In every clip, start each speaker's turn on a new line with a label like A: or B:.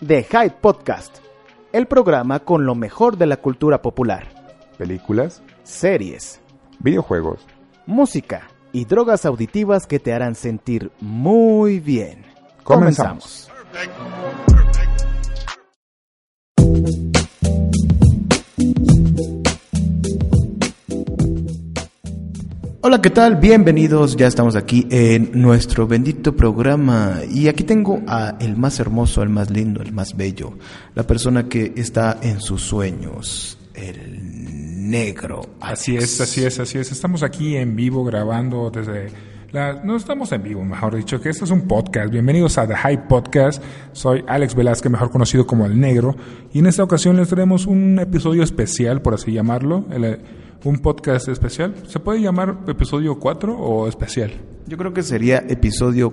A: The Hype Podcast, el programa con lo mejor de la cultura popular,
B: películas,
A: series,
B: videojuegos.
A: música y drogas auditivas que te harán sentir muy bien.
B: Comenzamos.
A: Hola, ¿qué tal? Bienvenidos, ya estamos aquí en nuestro bendito programa y aquí tengo a el más hermoso, el más lindo, el más bello, la persona que está en sus sueños, el negro.
B: Así es, así es, así es. Estamos aquí en vivo grabando desde la... No estamos en vivo, mejor dicho, que esto es un podcast. Bienvenidos a The Hype Podcast. Soy Alex Velázquez, mejor conocido como El Negro. Y en esta ocasión les traemos un episodio especial, por así llamarlo. El, eh, un podcast especial. ¿Se puede llamar episodio 4 o especial?
A: Yo creo que sería episodio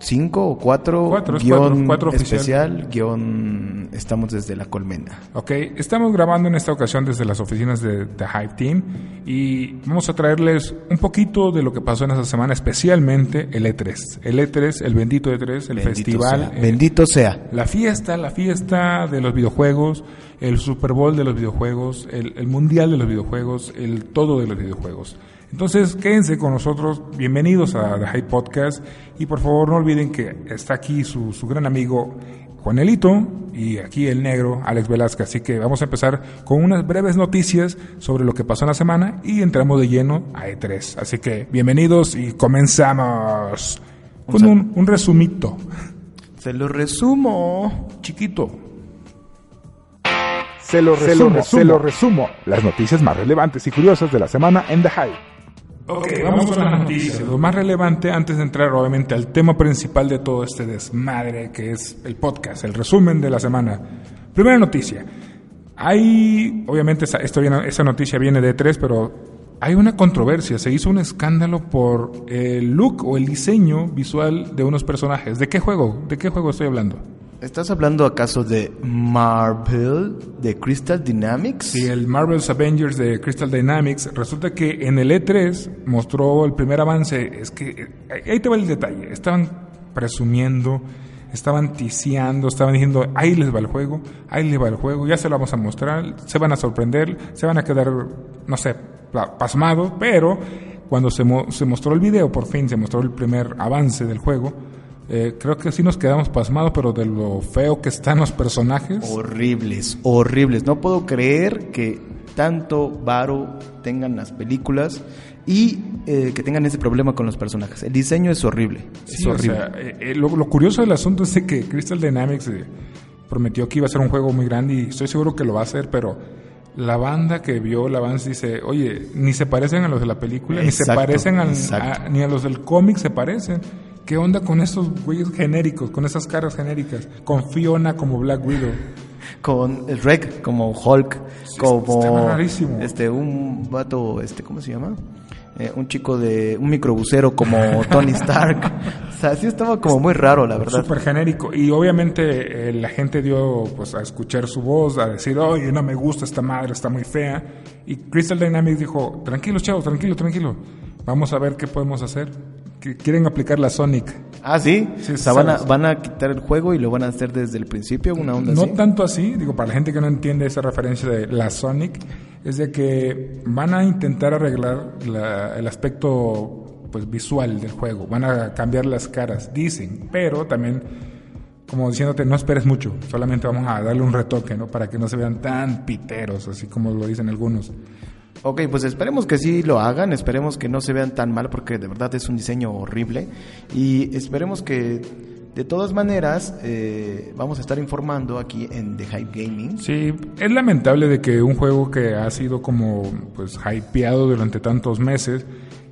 A: 5 o 4,
B: Cuatro, es
A: guión
B: cuatro, cuatro oficial.
A: especial, guión estamos desde la colmena.
B: Ok, estamos grabando en esta ocasión desde las oficinas de The Hype Team y vamos a traerles un poquito de lo que pasó en esta semana, especialmente el E3. El E3, el bendito E3, el festival.
A: sea,
B: eh,
A: bendito sea.
B: la fiesta, la fiesta de los videojuegos, el Super Bowl de los videojuegos, el, el Mundial de los videojuegos, el todo de los videojuegos. Entonces, quédense con nosotros, bienvenidos a The Hype Podcast y por favor no olviden que está aquí su, su gran amigo Juanelito y aquí el negro Alex Velázquez. Así que vamos a empezar con unas breves noticias sobre lo que pasó en la semana y entramos de lleno a E3. Así que bienvenidos y comenzamos con
A: sal-
B: un- un resumito
A: Se lo resumo.
B: chiquito.
C: Se lo
B: Se lo
C: resumo,
B: resumo.
C: se lo resumo. Las noticias más relevantes y curiosas de la semana en The Hype.
B: Ok, vamos con las noticias. Lo más relevante antes de entrar obviamente al tema principal de todo este desmadre que es el podcast, el resumen de la semana. Primera noticia. Hay, obviamente esa, esto viene- esa noticia viene de E tres, pero hay una controversia. Se hizo un escándalo por el look o el diseño visual de unos personajes. ¿De qué juego? ¿De qué juego estoy hablando?
A: ¿Estás hablando acaso de Marvel, de Crystal Dynamics?
B: Sí, el Marvel's Avengers de Crystal Dynamics. Resulta que en el E3 mostró el primer avance. Es que eh, ahí- ahí te va el detalle. Estaban presumiendo, estaban ticiando, estaban diciendo, ahí les va el juego, ahí les va el juego, ya se lo vamos a mostrar, se van a sorprender, se van a quedar, no sé, pa- pasmados, pero cuando se, mo- se mostró el video, por fin se mostró el primer avance del juego. eh, creo que sí nos quedamos pasmados, pero de lo feo que están los personajes.
A: Horribles, horribles. No puedo creer que tanto varo tengan las películas y eh, que tengan ese problema con los personajes. El diseño es horrible. es
B: Sí, o
A: horrible.
B: sea, eh, eh, lo, lo curioso del asunto es de que Crystal Dynamics eh, prometió que iba a ser un juego muy grande y estoy seguro que lo va a hacer, pero la banda que vio el avance dice, oye, ni se parecen a los de la película, ni se
A: Exacto,
B: parecen al-
A: exacto.
B: a- ni a los del cómic se parecen. ¿Qué onda con esos güeyes genéricos, con esas caras genéricas? Con Fiona como Black Widow.
A: con el Reg, como Hulk, como
B: está rarísimo.
A: este un vato, este ¿cómo se llama? Eh, un chico de un microbusero como Tony Stark. o sea, sí estaba como muy raro, la verdad.
B: Súper genérico. Y obviamente eh, la gente dio pues a escuchar su voz, a decir, oye, no me gusta esta madre, está muy fea. Y Crystal Dynamics dijo, tranquilo, chavos, tranquilo, tranquilo. Vamos a ver qué podemos hacer. Qu- Quieren aplicar la Sonic.
A: Ah, sí.
B: Sí,
A: o sea, van a,
B: sabes.
A: van a quitar el juego y lo van a hacer desde el principio, una onda
B: No
A: así.
B: tanto así, digo, para la gente que no entiende esa referencia de la Sonic, es de que van a intentar arreglar la- el aspecto pues visual del juego, van a cambiar las caras, dicen, pero también como diciéndote, no esperes mucho, solamente vamos a darle un retoque, ¿no? Para que no se vean tan piteros, así como lo dicen algunos.
A: Ok, pues esperemos que sí lo hagan, esperemos que no se vean tan mal porque de verdad es un diseño horrible y esperemos que de todas maneras eh, vamos a estar informando aquí en The Hype Gaming.
B: Sí, es lamentable de que un juego que ha sido como pues hypeado durante tantos meses,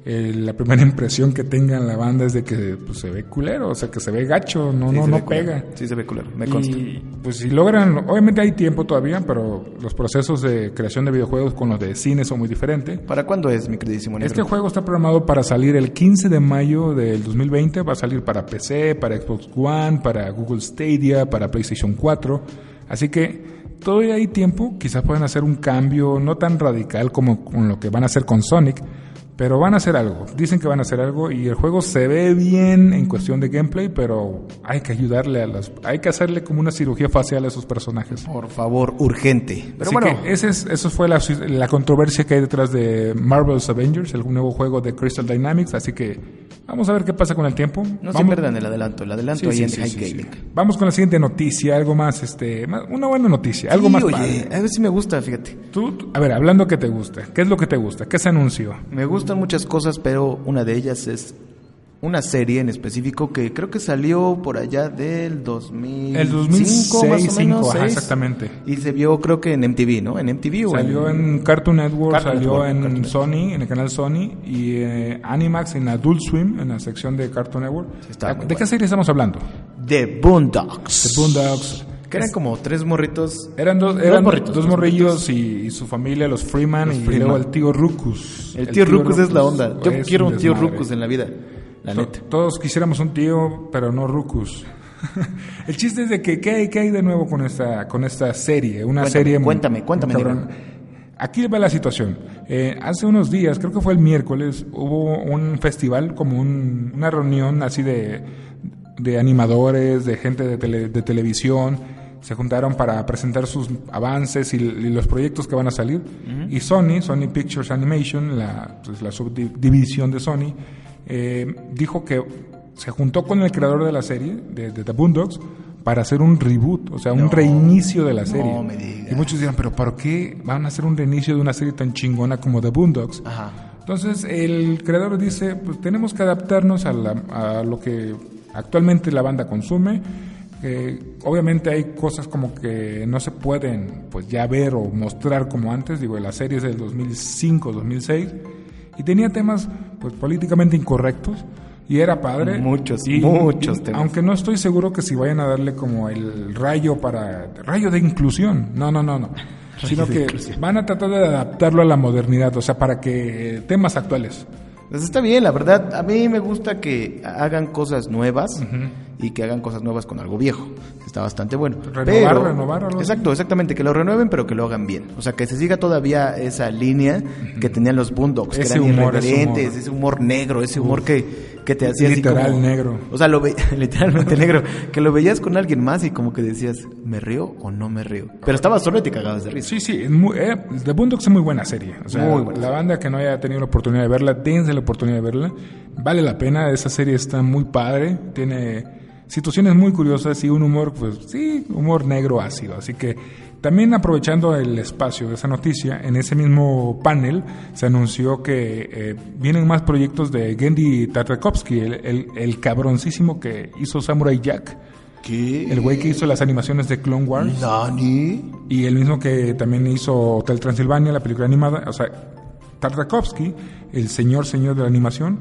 B: eh, la primera impresión que tenga la banda es de que pues, se ve culero, o sea que se ve gacho, no,
A: Sí,
B: no,
A: se ve
B: no
A: culero.
B: pega.
A: Sí se ve culero, me consta.
B: Y pues si logran, obviamente hay tiempo todavía, pero los procesos de creación de videojuegos con los de cine son muy diferentes.
A: ¿Para cuándo es, mi queridísimo negro?
B: Este juego está programado para salir el 15 de mayo del 2020. Va a salir para PC, para Xbox One, para Google Stadia, para PlayStation 4. Así que todavía hay tiempo. Quizás pueden hacer un cambio no tan radical como con lo que van a hacer con Sonic. Pero van a hacer algo, dicen que van a hacer algo y el juego se ve bien en cuestión de gameplay, pero hay que ayudarle a las... Hay que hacerle como una cirugía facial a esos personajes.
A: Por favor, urgente. Pero
B: Así
A: bueno,
B: que eh, ese es- eso fue la, la controversia que hay detrás de Marvel's Avengers, el nuevo juego de Crystal Dynamics. Así que vamos a ver qué pasa con el tiempo.
A: no se
B: Vamos-
A: pierdan el adelanto, el adelanto
B: Sí,
A: ahí
B: sí,
A: en
B: sí, sí, sí.
A: iGaming.
B: Vamos con la siguiente noticia, algo más, este, más- una buena noticia, algo
A: Sí,
B: más.
A: oye,
B: padre.
A: a ver si me gusta, fíjate.
B: Tú- tú- a ver, hablando que te gusta, ¿qué es lo que te gusta? ¿Qué se anunció?
A: Me gustan muchas cosas, pero una de ellas es una serie en específico que creo que salió por allá del 2005,
B: El 2005,
A: más o menos,
B: ajá,
A: seis.
B: exactamente.
A: Y se vio creo que en MTV, ¿no? En MTV o
B: Salió en Cartoon Network,
A: Cartoon
B: salió
A: Network, Cartoon
B: en
A: Network.
B: Sony, en el canal Sony, y eh, Animax en Adult Swim, en la sección de Cartoon Network. Ah,
A: está
B: ¿De
A: muy
B: qué
A: bueno.
B: serie estamos hablando?
A: The Boondocks.
B: The Boondocks.
A: Que eran como tres morritos.
B: Eran dos,
A: Dos
B: eran
A: morritos,
B: dos
A: dos
B: morrillos y, y su familia, los Freeman, y
A: Freeman.
B: luego el tío Rucus.
A: El tío, Rucus es la onda. Yo
B: Oh, es
A: quiero un tío
B: desmadre.
A: Rucus en la vida. La
B: To-
A: neta.
B: Todos quisiéramos un tío, pero no Rucus. El chiste es de que, ¿qué hay, qué hay de nuevo con esta, con esta serie? Una
A: Cuéntame,
B: serie... muy-
A: cuéntame, cuéntame,
B: muy cabrona. Aquí va la situación. Eh, hace unos días, creo que fue el miércoles, hubo un festival, como un- una reunión así de, de animadores, de gente de, tele- de televisión. Se juntaron para presentar sus avances y, y los proyectos que van a salir. Y Sony, Sony Pictures Animation, la, pues, la subdivisión de Sony, eh, dijo que se juntó con el creador de la serie, de, de The Boondocks, para hacer un reboot, o sea, un
A: No.
B: reinicio de la serie.
A: me digas.
B: Y muchos dirán, pero ¿por qué van a hacer un reinicio de una serie tan chingona como The Boondocks?
A: Ajá.
B: Entonces el creador dice, pues tenemos que adaptarnos a, la- a lo que actualmente la banda consume. Eh, obviamente hay cosas como que no se pueden pues ya ver o mostrar como antes, digo, la serie es del 2005, 2006 y tenía temas pues políticamente incorrectos y era padre.
A: Muchos,
B: Y-
A: muchos
B: y-
A: temas.
B: Aunque no estoy seguro que si vayan a darle como el rayo para rayo de inclusión. No, no, no, no. Sino
A: de
B: que
A: inclusión.
B: van a tratar de adaptarlo a la modernidad, o sea, para que eh, temas actuales.
A: Pues está bien, la verdad. A mí me gusta que hagan cosas nuevas y que hagan cosas nuevas con algo viejo. Está bastante bueno.
B: Renovar,
A: pero,
B: renovar, algo así.
A: Exacto, exactamente. Que lo renueven, pero que lo hagan bien. O sea, que se siga todavía esa línea que tenían los Boondocks, que
B: Ese
A: eran
B: humor, ese
A: irreverentes,
B: humor.
A: ese humor negro, ese humor que, que te hacía así
B: Literal
A: como-
B: negro.
A: O sea, lo ve- literalmente negro. Que lo veías con alguien más y como que decías, ¿me río o no me río? Pero estaba solo y te cagabas de risa.
B: Sí, sí, es muy- eh, The Boondocks es muy buena serie. O sea,
A: Muy buena
B: la banda que no haya tenido la oportunidad de verla, dense la oportunidad de verla. Vale la pena, esa serie está muy padre, tiene situaciones muy curiosas y un humor, pues sí, humor negro ácido. Así que también aprovechando el espacio de esa noticia, en ese mismo panel se anunció que eh, vienen más proyectos de Gendy Tartakovsky, el, el, el cabroncísimo que hizo Samurai Jack,
A: ¿Qué?
B: el güey que hizo las animaciones de Clone Wars.
A: ¿Nani?
B: Y el mismo que también hizo Hotel Transilvania, la película animada, o sea, Tartakovsky, el señor señor de la animación,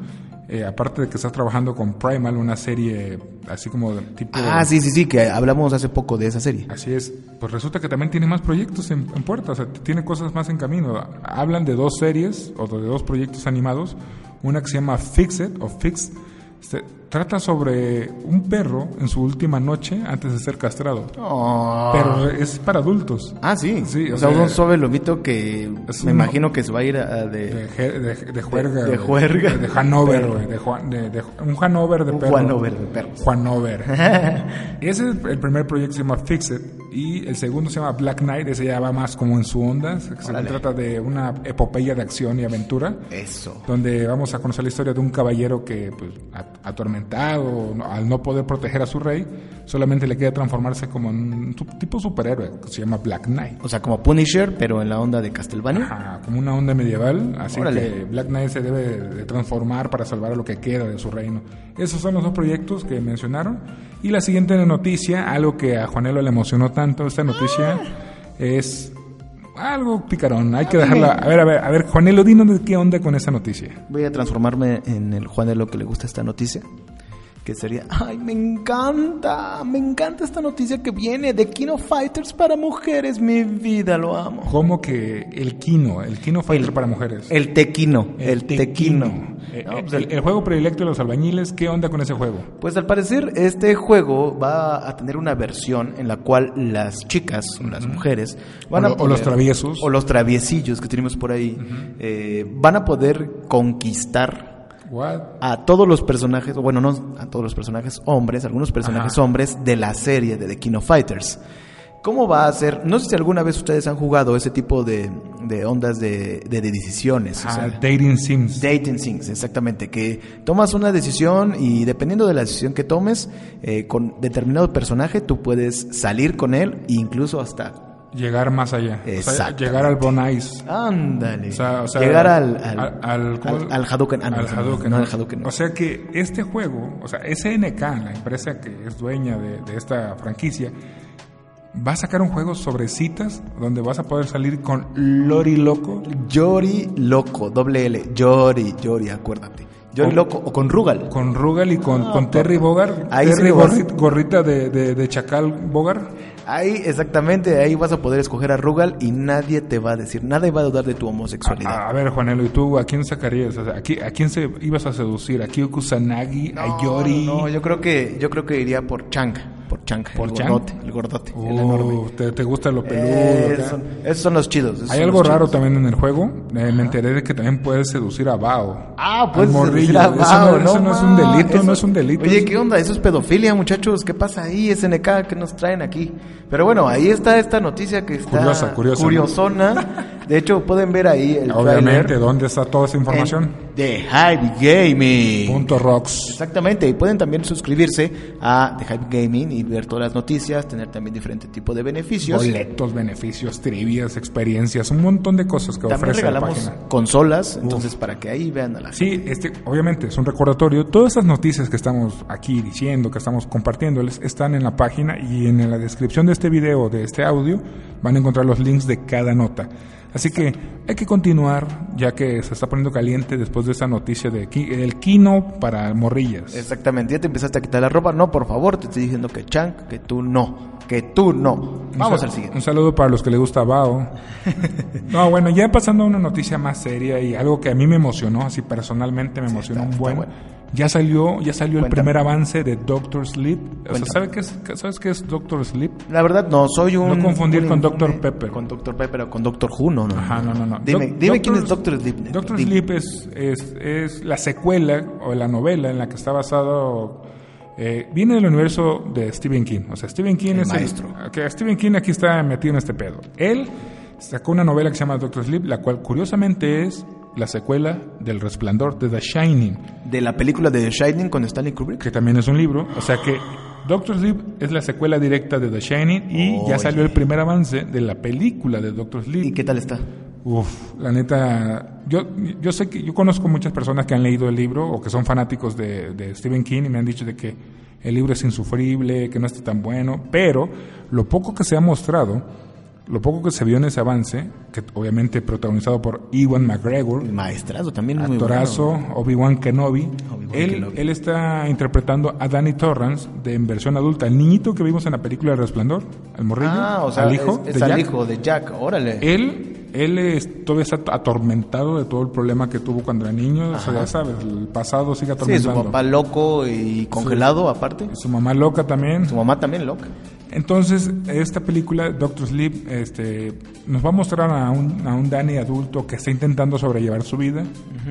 B: eh, aparte de que está trabajando con Primal, una serie así como de tipo...
A: Ah, sí, sí, sí, que hablamos hace poco de esa serie.
B: Así es. Pues resulta que también tiene más proyectos en, en puerta, o sea, tiene cosas más en camino. Hablan de dos series o de dos proyectos animados, una que se llama Fix It o Fix. Se trata sobre un perro en su última noche antes de ser castrado.
A: Oh.
B: Pero es para adultos.
A: Ah, sí.
B: Sí, o
A: o sea,
B: sea,
A: un suave lobito que
B: es
A: me
B: un-
A: imagino que se va a ir a, a de...
B: De, je- de, de juerga.
A: De- de
B: güey.
A: juerga.
B: De, Hanover,
A: Perro.
B: güey. De, Juan- de- de- un Hanover de
A: Un
B: perro.
A: Juanover de perro.
B: Juanover. Ese es el primer proyecto se llama Fix It. Y el segundo se llama Black Knight. Ese ya va más como en su onda. Se, se
A: Órale.
B: trata de una epopeya de acción y aventura.
A: Eso.
B: Donde vamos a conocer la historia de un caballero que, pues, a- atormentado no- al no poder proteger a su rey, solamente le queda transformarse como en un su- tipo superhéroe que se llama Black Knight.
A: O sea, como Punisher, pero en la onda de Castlevania.
B: Ajá, como una onda medieval, así
A: Órale.
B: que Black Knight se debe de transformar para salvar a lo que queda de su reino. Esos son los dos proyectos que mencionaron. Y la siguiente noticia, algo que a Juanelo le emocionó tanto, esta noticia es algo picarón, hay que dejarla. A ver, a ver, a ver, Juanelo, dinos de qué onda con esa noticia.
A: Voy a transformarme en el Juan de lo que le gusta esta noticia. que sería, ay, me encanta, me encanta esta noticia que viene de Kino Fighters para mujeres, mi vida, lo amo.
B: Como que el Kino, el Kino Fighter para mujeres.
A: El tequino, el, tequino.
B: Eh,
A: No,
B: eh,
A: pues,
B: el, el juego predilecto de los albañiles, ¿qué onda con ese juego?
A: Pues al parecer este juego va a tener una versión en la cual las chicas o las mujeres van
B: O
A: a
B: lo- o los traviesos.
A: o los traviesillos que tenemos por ahí eh, van a poder conquistar
B: What?
A: a todos los personajes, o bueno, no a todos los personajes hombres, algunos personajes
B: Ajá.
A: hombres de la serie de The King of Fighters. ¿Cómo va a ser? No sé si alguna vez ustedes han jugado ese tipo de, de ondas de, de- de decisiones. o
B: Ah,
A: sea,
B: dating Sims.
A: Dating Sims, exactamente, que tomas una decisión y dependiendo de la decisión que tomes, eh, con determinado personaje tú puedes salir con él e incluso hasta...
B: llegar más allá. O sea,
A: Exactamente.
B: llegar al Bon Ice.
A: Ándale.
B: O sea, o sea,
A: Llegar al... Al,
B: al, al- ¿cómo
A: al-
B: es?
A: al Hadouken. Ah, no,
B: Al
A: no,
B: Hadouken,
A: no,
B: ¿no?
A: al Hadouken, no.
B: O sea que este juego, o sea, SNK, la empresa que es dueña de, de esta franquicia, va a sacar un juego sobre citas donde vas a poder salir con Lori Loco.
A: Yori Loco, doble L. Yori, Yori, acuérdate. Yori
B: O-
A: Loco o con Rugal.
B: Con Rugal y con, con Terry Bogard.
A: Ahí sí
B: Terry
A: le vas.
B: gorri- gorrita de, de- de Chacal Bogard.
A: Ahí, exactamente, ahí vas a poder escoger a Rugal y nadie te va a decir, nadie va a dudar de tu homosexualidad.
B: A, a ver, Juanelo, ¿y tú a quién sacarías? O sea, ¿a, quién, ¿A quién se ibas a seducir? ¿A Kyo Kusanagi? ¿A Yori?
A: No, yo creo que yo creo que iría por Chang, por Chang,
B: ¿Por
A: el
B: Chang?
A: gordote, el gordote, el
B: Uh,
A: Este, enorme.
B: te, te gusta lo peludo.
A: Eh,
B: acá.
A: son- esos son los chidos. esos
B: Hay
A: son
B: algo
A: los
B: raro
A: chidos.
B: también en el juego. Eh, me enteré de que también puedes seducir a Bao.
A: Ah,
B: Al
A: pues
B: morrillo.
A: mira,
B: Eso
A: wow,
B: no, eso no es un
A: ma,
B: delito,
A: eso-
B: no es un delito.
A: Oye,
B: Es-
A: ¿qué onda? Eso es pedofilia, muchachos. ¿Qué pasa ahí? SNK, ¿qué nos traen aquí? Pero bueno, ahí está esta noticia que está
B: Curiosa, curiosa,
A: curiosona. De hecho, pueden ver ahí el
B: Obviamente,
A: tráiler
B: ¿dónde está toda esa
A: en
B: información?
A: The Hype Gaming.
B: Punto Rocks.
A: Exactamente, y pueden también suscribirse a The Hype Gaming y ver todas las noticias, tener también diferente tipo de beneficios.
B: Boletos, beneficios, trivias, experiencias, un montón de cosas que
A: También
B: ofrece la
A: regalamos
B: página.
A: consolas, entonces para que ahí vean a la gente.
B: Sí, este, obviamente es un recordatorio. Todas esas noticias que estamos aquí diciendo, que estamos compartiéndoles, están en la página y en la descripción de este video, de este audio, van a encontrar los links de cada nota. Así que hay que continuar, ya que se está poniendo caliente después de esa noticia de qui- el Kino para morrillas.
A: Exactamente, ya te empezaste a quitar la ropa. No, por favor, te estoy diciendo que Chang, que tú no, que tú no.
B: Un
A: Vamos
B: sal-
A: al siguiente.
B: Un saludo para los que les gusta Bao. No, bueno, ya pasando a una noticia más seria y algo que a mí me emocionó, así personalmente me emocionó
A: está-
B: un buen.
A: está bueno.
B: Ya salió, ya salió el
A: Cuéntame.
B: primer avance de Doctor Sleep. O sea,
A: Cuéntame.
B: ¿sabes qué es, qué- ¿sabes qué es Doctor Sleep?
A: La verdad, no, soy un.
B: No confundir
A: un
B: con
A: inmune-
B: Dr. Pepper.
A: Con Dr. Pepper o con Dr. Who, no, no.
B: Ajá, no, no, no.
A: Dime,
B: Doc-
A: dime quién es
B: Doctor-
A: Dr. Sleep.
B: Doctor
A: Dime.
B: Sleep es, es, es la secuela o la novela en la que está basado. eh, viene del universo de Stephen King. O sea, Stephen King
A: El
B: es
A: maestro.
B: el. que Stephen King aquí está metido en este pedo. Él sacó una novela que se llama Doctor Sleep, la cual curiosamente es la secuela del resplandor de The Shining,
A: De la película de The Shining con Stanley Kubrick.
B: que también es un libro. O sea que. Doctor Sleep es la secuela directa de The Shining y
A: Oye.
B: ya salió el primer avance de la película de Doctor Sleep.
A: ¿Y qué tal está?
B: Uf, la neta, yo, yo sé que yo conozco muchas personas que han leído el libro o que son fanáticos de, de Stephen King y me han dicho de que el libro es insufrible, que no está tan bueno, pero lo poco que se ha mostrado, lo poco que se vio en ese avance, que obviamente protagonizado por Ewan McGregor,
A: El Pues maestrazo también muy bueno.
B: actorazo Obi-Wan Kenobi,
A: Obi-Wan
B: él,
A: Kenobi.
B: él está interpretando a Danny Torrance de en versión adulta, el niñito que vimos en la película El Resplandor, el morrillo,
A: Ah, o sea,
B: al hijo
A: es,
B: de
A: es al
B: Jack.
A: hijo de Jack, órale.
B: Él, él es- todavía está atormentado de todo el problema que tuvo cuando era niño. O sea, ya sabes, el pasado sigue
A: sí, su
B: atormentando.
A: papá loco y congelado, aparte.
B: Su mamá loca también.
A: Su mamá también loca.
B: Entonces, esta película, Doctor Sleep, este, nos va a mostrar a un, a un Danny adulto que está intentando sobrellevar su vida,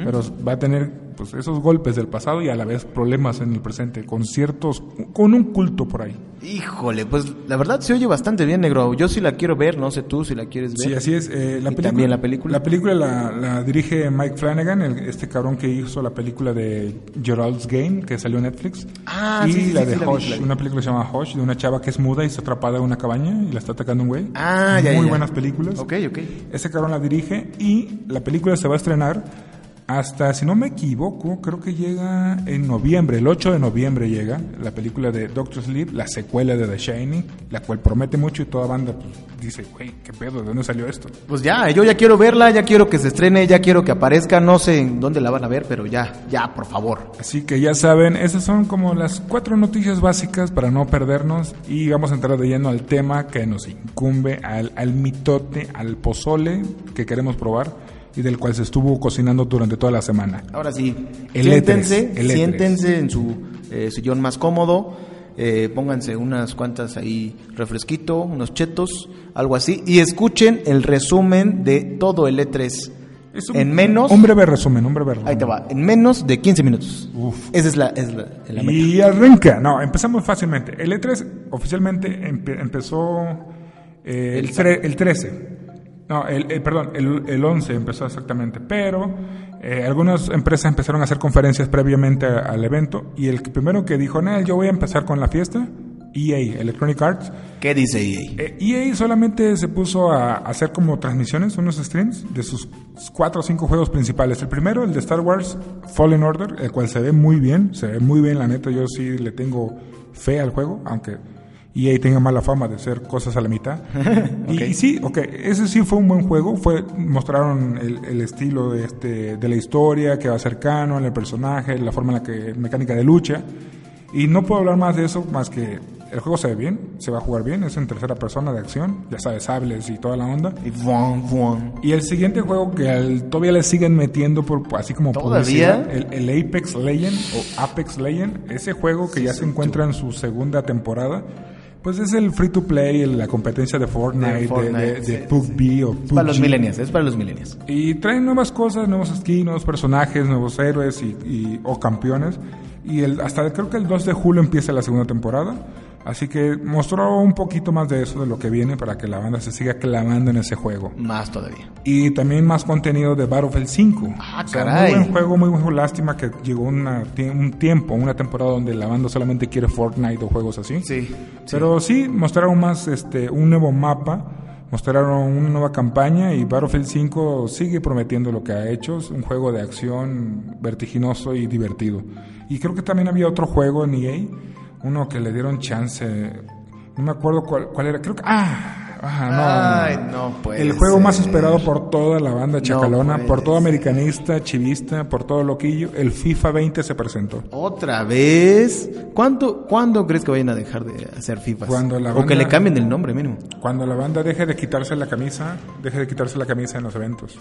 B: pero va a tener pues, esos golpes del pasado y a la vez problemas en el presente, con ciertos, con un culto por ahí.
A: Híjole, pues la verdad se oye bastante bien, negro. Yo sí la quiero ver, no sé tú si la quieres ver.
B: Sí, así es. eh, la
A: Y
B: película,
A: también la película.
B: La película la, la dirige Mike Flanagan, el- este cabrón que hizo la película de Gerald's Game, que salió en Netflix.
A: Ah,
B: y
A: sí, sí,
B: la
A: sí,
B: de
A: sí, la vi,
B: Hush,
A: la vi.
B: una película que se llama Hush, de una chava que es muda y está atrapada en una cabaña y la está atacando un güey.
A: Ah, ya, ya,
B: Muy
A: ya.
B: buenas películas.
A: Ok, ok.
B: Ese cabrón la dirige y la película se va a estrenar hasta, si no me equivoco, creo que llega en noviembre, el 8 de noviembre llega la película de Doctor Sleep, la secuela de The Shining, la cual promete mucho y toda banda pues, dice, güey, qué pedo, ¿de dónde salió esto?
A: Pues ya, yo ya quiero verla, ya quiero que se estrene, ya quiero que aparezca, no sé en dónde la van a ver, pero ya, ya, por favor.
B: Así que ya saben, esas son como las cuatro noticias básicas para no perdernos y vamos a entrar de lleno al tema que nos incumbe, al, al mitote, al pozole que queremos probar y del cual se estuvo cocinando durante toda la semana.
A: Ahora sí,
B: El
A: siéntense,
B: E3, el E E3.
A: siéntense en su eh, sillón más cómodo, eh, pónganse unas cuantas ahí refresquito, unos chetos, algo así, y escuchen el resumen de todo el E3
B: Es un-
A: en menos,
B: Un breve resumen, un breve resumen.
A: ahí te va, en menos de 15 minutos.
B: Uf.
A: Esa es la, es la, es la meta.
B: Y arranca. No, empezamos fácilmente. El E3 oficialmente empe- empezó eh, el, tre- el 13. No, el, el- perdón, el, el 11 empezó exactamente. Pero eh, algunas empresas empezaron a hacer conferencias previamente a- al evento. Y el que- primero que dijo, Nel, yo voy a empezar con la fiesta, EA, Electronic Arts.
A: ¿Qué dice EA?
B: Eh, EA solamente se puso a hacer como transmisiones, unos streams de sus cuatro o cinco juegos principales. El primero, el de Star Wars Fallen Order, el cual se ve muy bien, se ve muy bien, la neta, yo sí le tengo fe al juego, aunque EA tenga mala fama de hacer cosas a la mitad. y, y sí, ok, ese sí fue un buen juego, fue mostraron el, el estilo de, este, de la historia, que va cercano, el personaje, la forma en la que mecánica de lucha. Y no puedo hablar más de eso, más que el juego se ve bien, se va a jugar bien, es en tercera persona de acción, ya sabes, sables y toda la onda.
A: Y vuan, vuan.
B: Y el siguiente juego que al- todavía le siguen metiendo por pues, así como
A: ¿Todavía?
B: publicidad, el, el Apex Legend o Apex Legend, ese juego que ya se encuentra en su segunda temporada, pues es el free to play, el- la competencia de Fortnite, de,
A: Fortnite,
B: de- de
A: sí, sí,
B: PUBG o
A: Es para los
B: PUBG.
A: millennials, es para los millennials.
B: Y traen nuevas cosas, nuevos skins, nuevos personajes, nuevos héroes y, y- o campeones. Y el, hasta creo que el 2 de julio empieza la segunda temporada. Así que mostró un poquito más de eso, de lo que viene, para que la banda se siga clavando en ese juego.
A: Más todavía.
B: Y también más contenido de Battlefield 5.
A: Ah,
B: Muy
A: caray.
B: buen juego, muy buen juego. Lástima que llegó una tie- un tiempo, una temporada donde la banda solamente quiere Fortnite o juegos así.
A: Sí.
B: Pero sí, mostraron más este un nuevo mapa, mostraron una nueva campaña y Battlefield 5 sigue prometiendo lo que ha hecho, es un juego de acción vertiginoso y divertido. Y creo que también había otro juego en EA, uno que le dieron chance, no me acuerdo cuál, cuál era, creo que ah, ah, no, no, no.
A: Ay, no puede
B: El juego más
A: ser.
B: esperado por toda la banda chacalona,
A: puede
B: por todo
A: ser.
B: americanista, chivista, por todo loquillo, el FIFA 20 se presentó.
A: ¿Otra vez? ¿Cuánto, ¿Cuándo crees que vayan a dejar de hacer FIFAs?
B: Cuando la
A: O que
B: banda-
A: le cambien el nombre mínimo.
B: Cuando la banda deje de quitarse la camisa, deje de quitarse la camisa en los eventos.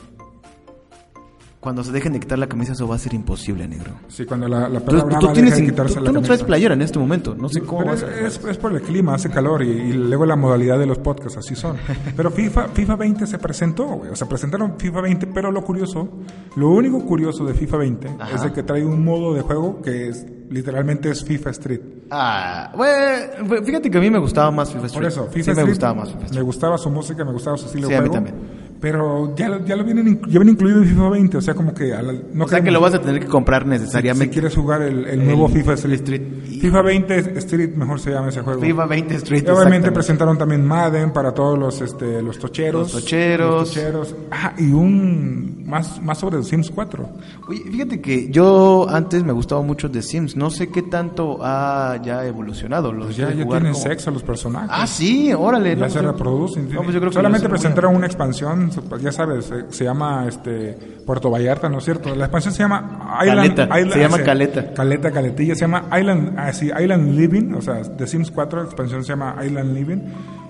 A: Cuando se dejen de quitar la camisa eso va a ser imposible, negro.
B: Sí, cuando la, la
A: Tú,
B: perra
A: tú
B: brava
A: tienes
B: deje de
A: in-
B: quitarse
A: tú-
B: la
A: tú no traes
B: camisa.
A: playera en este momento. No sé cómo
B: Pero
A: vas a...
B: es, es por el clima, hace calor y, y luego la modalidad de los podcasts, así son. Pero FIFA, FIFA 20 se presentó, güey. O sea, presentaron FIFA 20, pero lo curioso, lo único curioso de FIFA 20
A: Ajá.
B: es de que trae un modo de juego que es literalmente es FIFA Street.
A: Ah, bueno, fíjate que a mí me gustaba más FIFA
B: Por
A: Street.
B: eso, FIFA
A: sí
B: Street,
A: me gustaba más FIFA Street.
B: Me gustaba su música, me gustaba su estilo
A: Sí,
B: de
A: a mí
B: juego.
A: también.
B: Pero ya, lo- ya lo vienen, inc- ya viene incluido en FIFA 20, o sea, como que... a la- no
A: O sea que
B: queremos-
A: lo vas a tener que comprar
B: Si
A: necesariamente.
B: quieres jugar el, el nuevo
A: El
B: FIFA Street.
A: Street.
B: FIFA 20 es- Street, mejor se llama ese juego.
A: FIFA 20 Street.
B: Y obviamente
A: exactamente.
B: presentaron también Madden para todos los este los tocheros.
A: Los tocheros.
B: Los tocheros. Ah, y un más, más sobre The Sims 4.
A: Oye, fíjate que yo antes me gustaba mucho The Sims. No sé qué tanto ha ya evolucionado. Los
B: Pues ya,
A: de
B: ya
A: jugar
B: tienen
A: como-
B: sexo los personajes.
A: Ah, sí, órale.
B: Ya
A: no,
B: se
A: pues yo-
B: reproducen.
A: No, pues yo creo que
B: Solamente
A: lo hacen
B: presentaron
A: muy
B: una expansión, pues ya sabes, eh, se llama este Puerto Vallarta, ¿no es cierto? La expansión se llama Island
A: Caleta, se
B: Island-
A: llama
B: ah,
A: Caleta.
B: Caleta, Caletilla, se llama Island, ah, sí, Island Living, o sea, The Sims 4, la expansión se llama Island Living.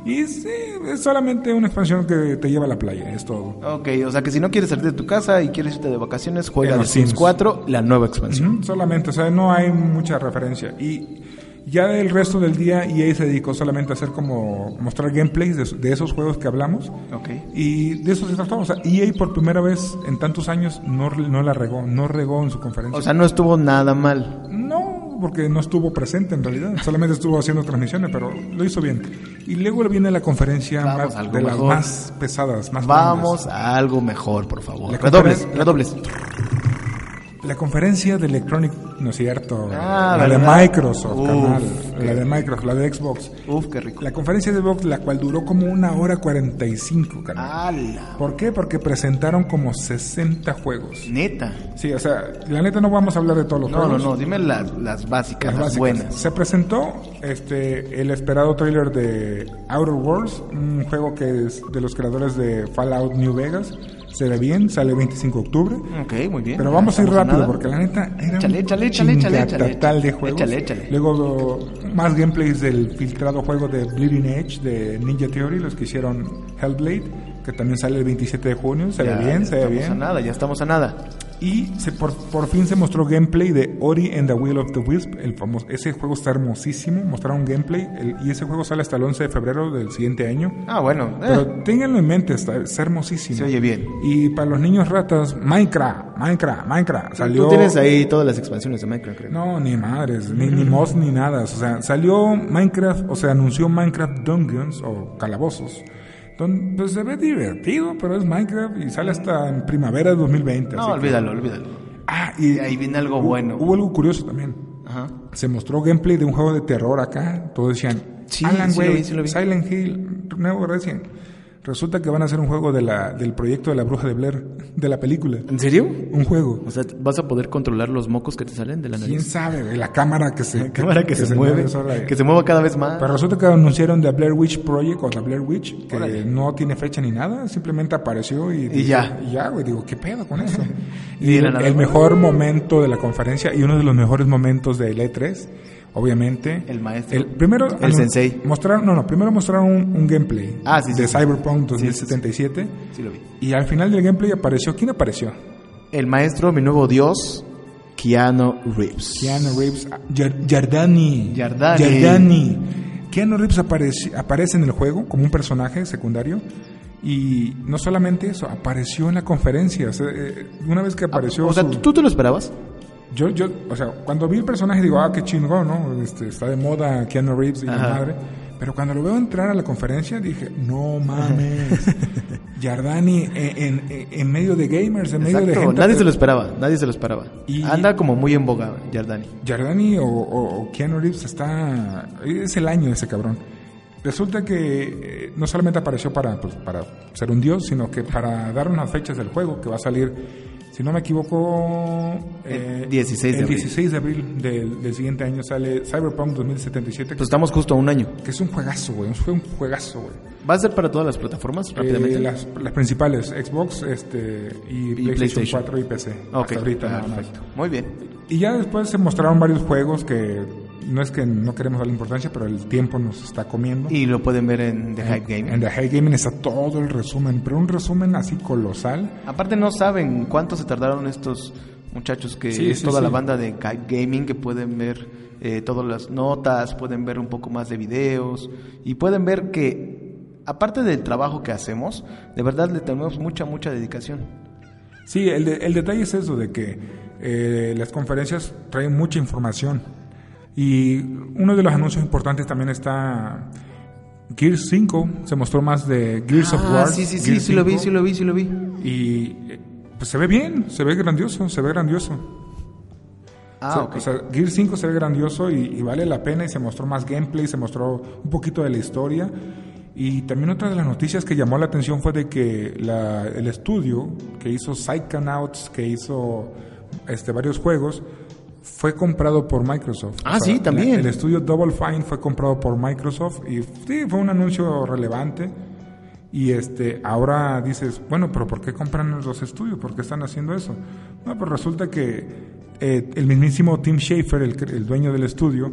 B: Y sí, es solamente una expansión que te lleva a la playa, es todo.
A: buena. Ok, o sea que si no quieres salir de tu casa y quieres irte de vacaciones, juega
B: En
A: The
B: los
A: Sims
B: Sims.
A: 4, la nueva expansión.
B: Ujú, Solamente, o sea, no hay mucha referencia. Y ya del resto del día EA se dedicó solamente a hacer como mostrar gameplays de, de esos juegos que hablamos.
A: Ok.
B: Y de eso se trató. O sea, EA por primera vez en tantos años no, no la regó, no regó en su conferencia.
A: O sea, no estuvo nada mal.
B: no, porque no estuvo presente en realidad. Solamente estuvo haciendo transmisiones, pero lo hizo bien. Y luego viene la conferencia
A: Vamos,
B: más-
A: algo
B: de las
A: mejor.
B: más pesadas, más grandes.
A: Vamos a algo mejor, por favor.
B: La
A: Redobles,
B: conferencia-
A: redobles.
B: La conferencia de Electronic, no es cierto,
A: Ah,
B: la
A: ¿verdad?
B: de Microsoft,
A: Uf,
B: carnal,
A: qué
B: la de Microsoft, la de Xbox.
A: Uf, qué rico.
B: La conferencia de Xbox, la cual duró como una hora 45, carnal.
A: Ah. ¡Hala!
B: ¿Por qué? Porque presentaron como 60 juegos.
A: Neta.
B: Sí, o sea, la neta no vamos a hablar de todos los
A: No, no,
B: juegos.
A: no, dime las, las básicas,
B: Las
A: las,
B: básicas.
A: buenas.
B: Se presentó este el esperado tráiler de Outer Worlds, un juego que es de los creadores de Fallout New Vegas. Se ve bien, sale el 25 de octubre.
A: Ok, muy bien.
B: Pero
A: No
B: vamos a ir
A: estamos
B: rápido
A: nada.
B: porque la neta era
A: Échale,
B: un
A: échale, échale, échale, échale.
B: chingatatal de juegos.
A: Échale, échale.
B: Luego más gameplays del filtrado juego de Bleeding Edge de Ninja Theory, los que hicieron Hellblade, que también sale el 27 de junio, se
A: Ya,
B: ve bien,
A: ya
B: se ve
A: Estamos a
B: bien.
A: nada, ya estamos a nada.
B: Y se, por, por fin se mostró gameplay de Ori and the Will of the Wisp. El famoso, ese juego está hermosísimo. Mostraron gameplay el- y ese juego sale hasta el 11 de febrero del siguiente año.
A: Ah, bueno. eh,
B: Pero ténganlo en mente, está, está hermosísimo.
A: se oye bien.
B: Y para los niños ratas, Minecraft, Minecraft, Minecraft. Salió,
A: Tú tienes ahí todas las expansiones de Minecraft, creo.
B: No, ni madres, ni, ni mods ni nada. O sea, salió Minecraft, o sea, anunció Minecraft Dungeons o Calabozos. Don- pues se ve divertido, pero es Minecraft y sale hasta en primavera de 2020.
A: No,
B: así que-
A: olvídalo, olvídalo.
B: Ah, y
A: Ahí viene algo
B: hu-
A: bueno.
B: Hubo algo curioso también.
A: Ajá.
B: Se mostró gameplay de un juego de terror acá. Todos decían,
A: Sí,
B: Alan
A: sí lo
B: Wake,
A: vi, sí lo vi.
B: Silent Hill, nuevo recién. Resulta que van a hacer un juego de la, del proyecto de la bruja de Blair, de la película.
A: ¿En serio?
B: Un juego.
A: O sea, ¿vas a poder controlar los mocos que te salen de la
B: ¿Quién
A: nariz?
B: sabe? güey? La cámara que se,
A: Cámara que, se, mueve,
B: sola.
A: que se mueva cada vez más.
B: Pero resulta que anunciaron The Blair Witch Project o The Blair Witch, que
A: Órale.
B: no tiene fecha ni nada, simplemente apareció y,
A: Y ya.
B: Y ya, güey, digo, ¿qué pedo con eso?
A: Y
B: y
A: de la
B: el,
A: nada,
B: el
A: güey.
B: mejor momento de la conferencia y uno de los mejores momentos del E3, obviamente.
A: El maestro.
B: El, primero,
A: El
B: anun-
A: sensei.
B: Mostraron, no, no, primero mostraron un, un gameplay
A: Ah, sí, sí,
B: de
A: sí.
B: Cyberpunk
A: Sí, sí, sí.
B: 2077.
A: Sí lo vi.
B: Y al final del gameplay apareció, ¿quién apareció?
A: El maestro, mi nuevo dios, Keanu Reeves.
B: Keanu Reeves, ah, Giar- Giardani.
A: Giardani.
B: Giardani. Keanu Reeves aparece, aparece en el juego como un personaje secundario. Y no solamente eso, apareció en la conferencia. O sea, eh, una vez que apareció.
A: Ah, o sea,
B: su-
A: ¿tú, tú te lo esperabas?
B: yo, yo, o sea, cuando vi el personaje digo, ah, qué chingón, ¿no? Este, está de moda Keanu Reeves y la
A: Ajá.
B: madre. Pero cuando lo veo entrar a la conferencia dije, no mames. Giardani en, en- en medio de gamers, en medio de
A: Exacto,
B: gente.
A: nadie se lo esperaba, nadie se lo esperaba.
B: Y-
A: Anda como muy en boga, Jardani.
B: Jardani o, o- o Keanu Reeves está. Es el año de ese cabrón. Resulta que eh, no solamente apareció para, pues, para ser un dios, sino que para dar unas fechas del juego que va a salir, si no me equivoco, eh,
A: El 16 de
B: el
A: abril.
B: 16 de abril del, del siguiente año sale Cyberpunk 2077,
A: Pues estamos justo a un año.
B: que es un juegazo, güey. Fue un juegazo, güey.
A: ¿Va a ser para todas las plataformas rápidamente?
B: Eh, las, las principales, Xbox este, y, PlayStation,
A: PlayStation.
B: 4 y PC.
A: Ok,
B: Hasta ahorita,
A: ah,
B: nada más.
A: perfecto. Muy bien.
B: Y ya después se mostraron varios juegos que no es que no queremos darle importancia, pero el tiempo nos está comiendo.
A: Y lo pueden ver en The Hype Game.
B: En The High Gaming está todo el resumen, pero un resumen así colosal.
A: Aparte no saben cuánto se tardaron estos muchachos que
B: Sí,
A: es
B: sí,
A: toda
B: sí.
A: la banda de Ga- gaming que pueden ver eh, todas las notas, pueden ver un poco más de videos y pueden ver que aparte del trabajo que hacemos, de verdad le tenemos mucha mucha dedicación.
B: Sí, el, de- el detalle es eso, de que eh, las conferencias traen mucha información. Y uno de los anuncios importantes también está Gears 5, se mostró más de Gears of War.
A: Ah, sí, sí, sí,
B: Gears
A: sí lo vi,
B: 5,
A: sí lo vi, sí lo vi.
B: Y eh, pues se ve bien, se ve grandioso, se ve grandioso.
A: Ah,
B: o, sea,
A: ok.
B: o sea, Gear 5 se ve grandioso y, y vale la pena y se mostró más gameplay, se mostró un poquito de la historia. Y también otra de las noticias que llamó la atención fue de que la- el estudio que hizo Psychonauts, que hizo este, varios juegos, fue comprado por Microsoft.
A: Ah, sí, también.
B: la- el estudio Double Fine fue comprado por Microsoft y sí, fue un anuncio relevante. Y este, ahora dices, bueno, pero ¿por qué compran los estudios? ¿Por qué están haciendo eso? No, pues resulta que eh, el mismísimo Tim Schafer, el, cre- el dueño del estudio,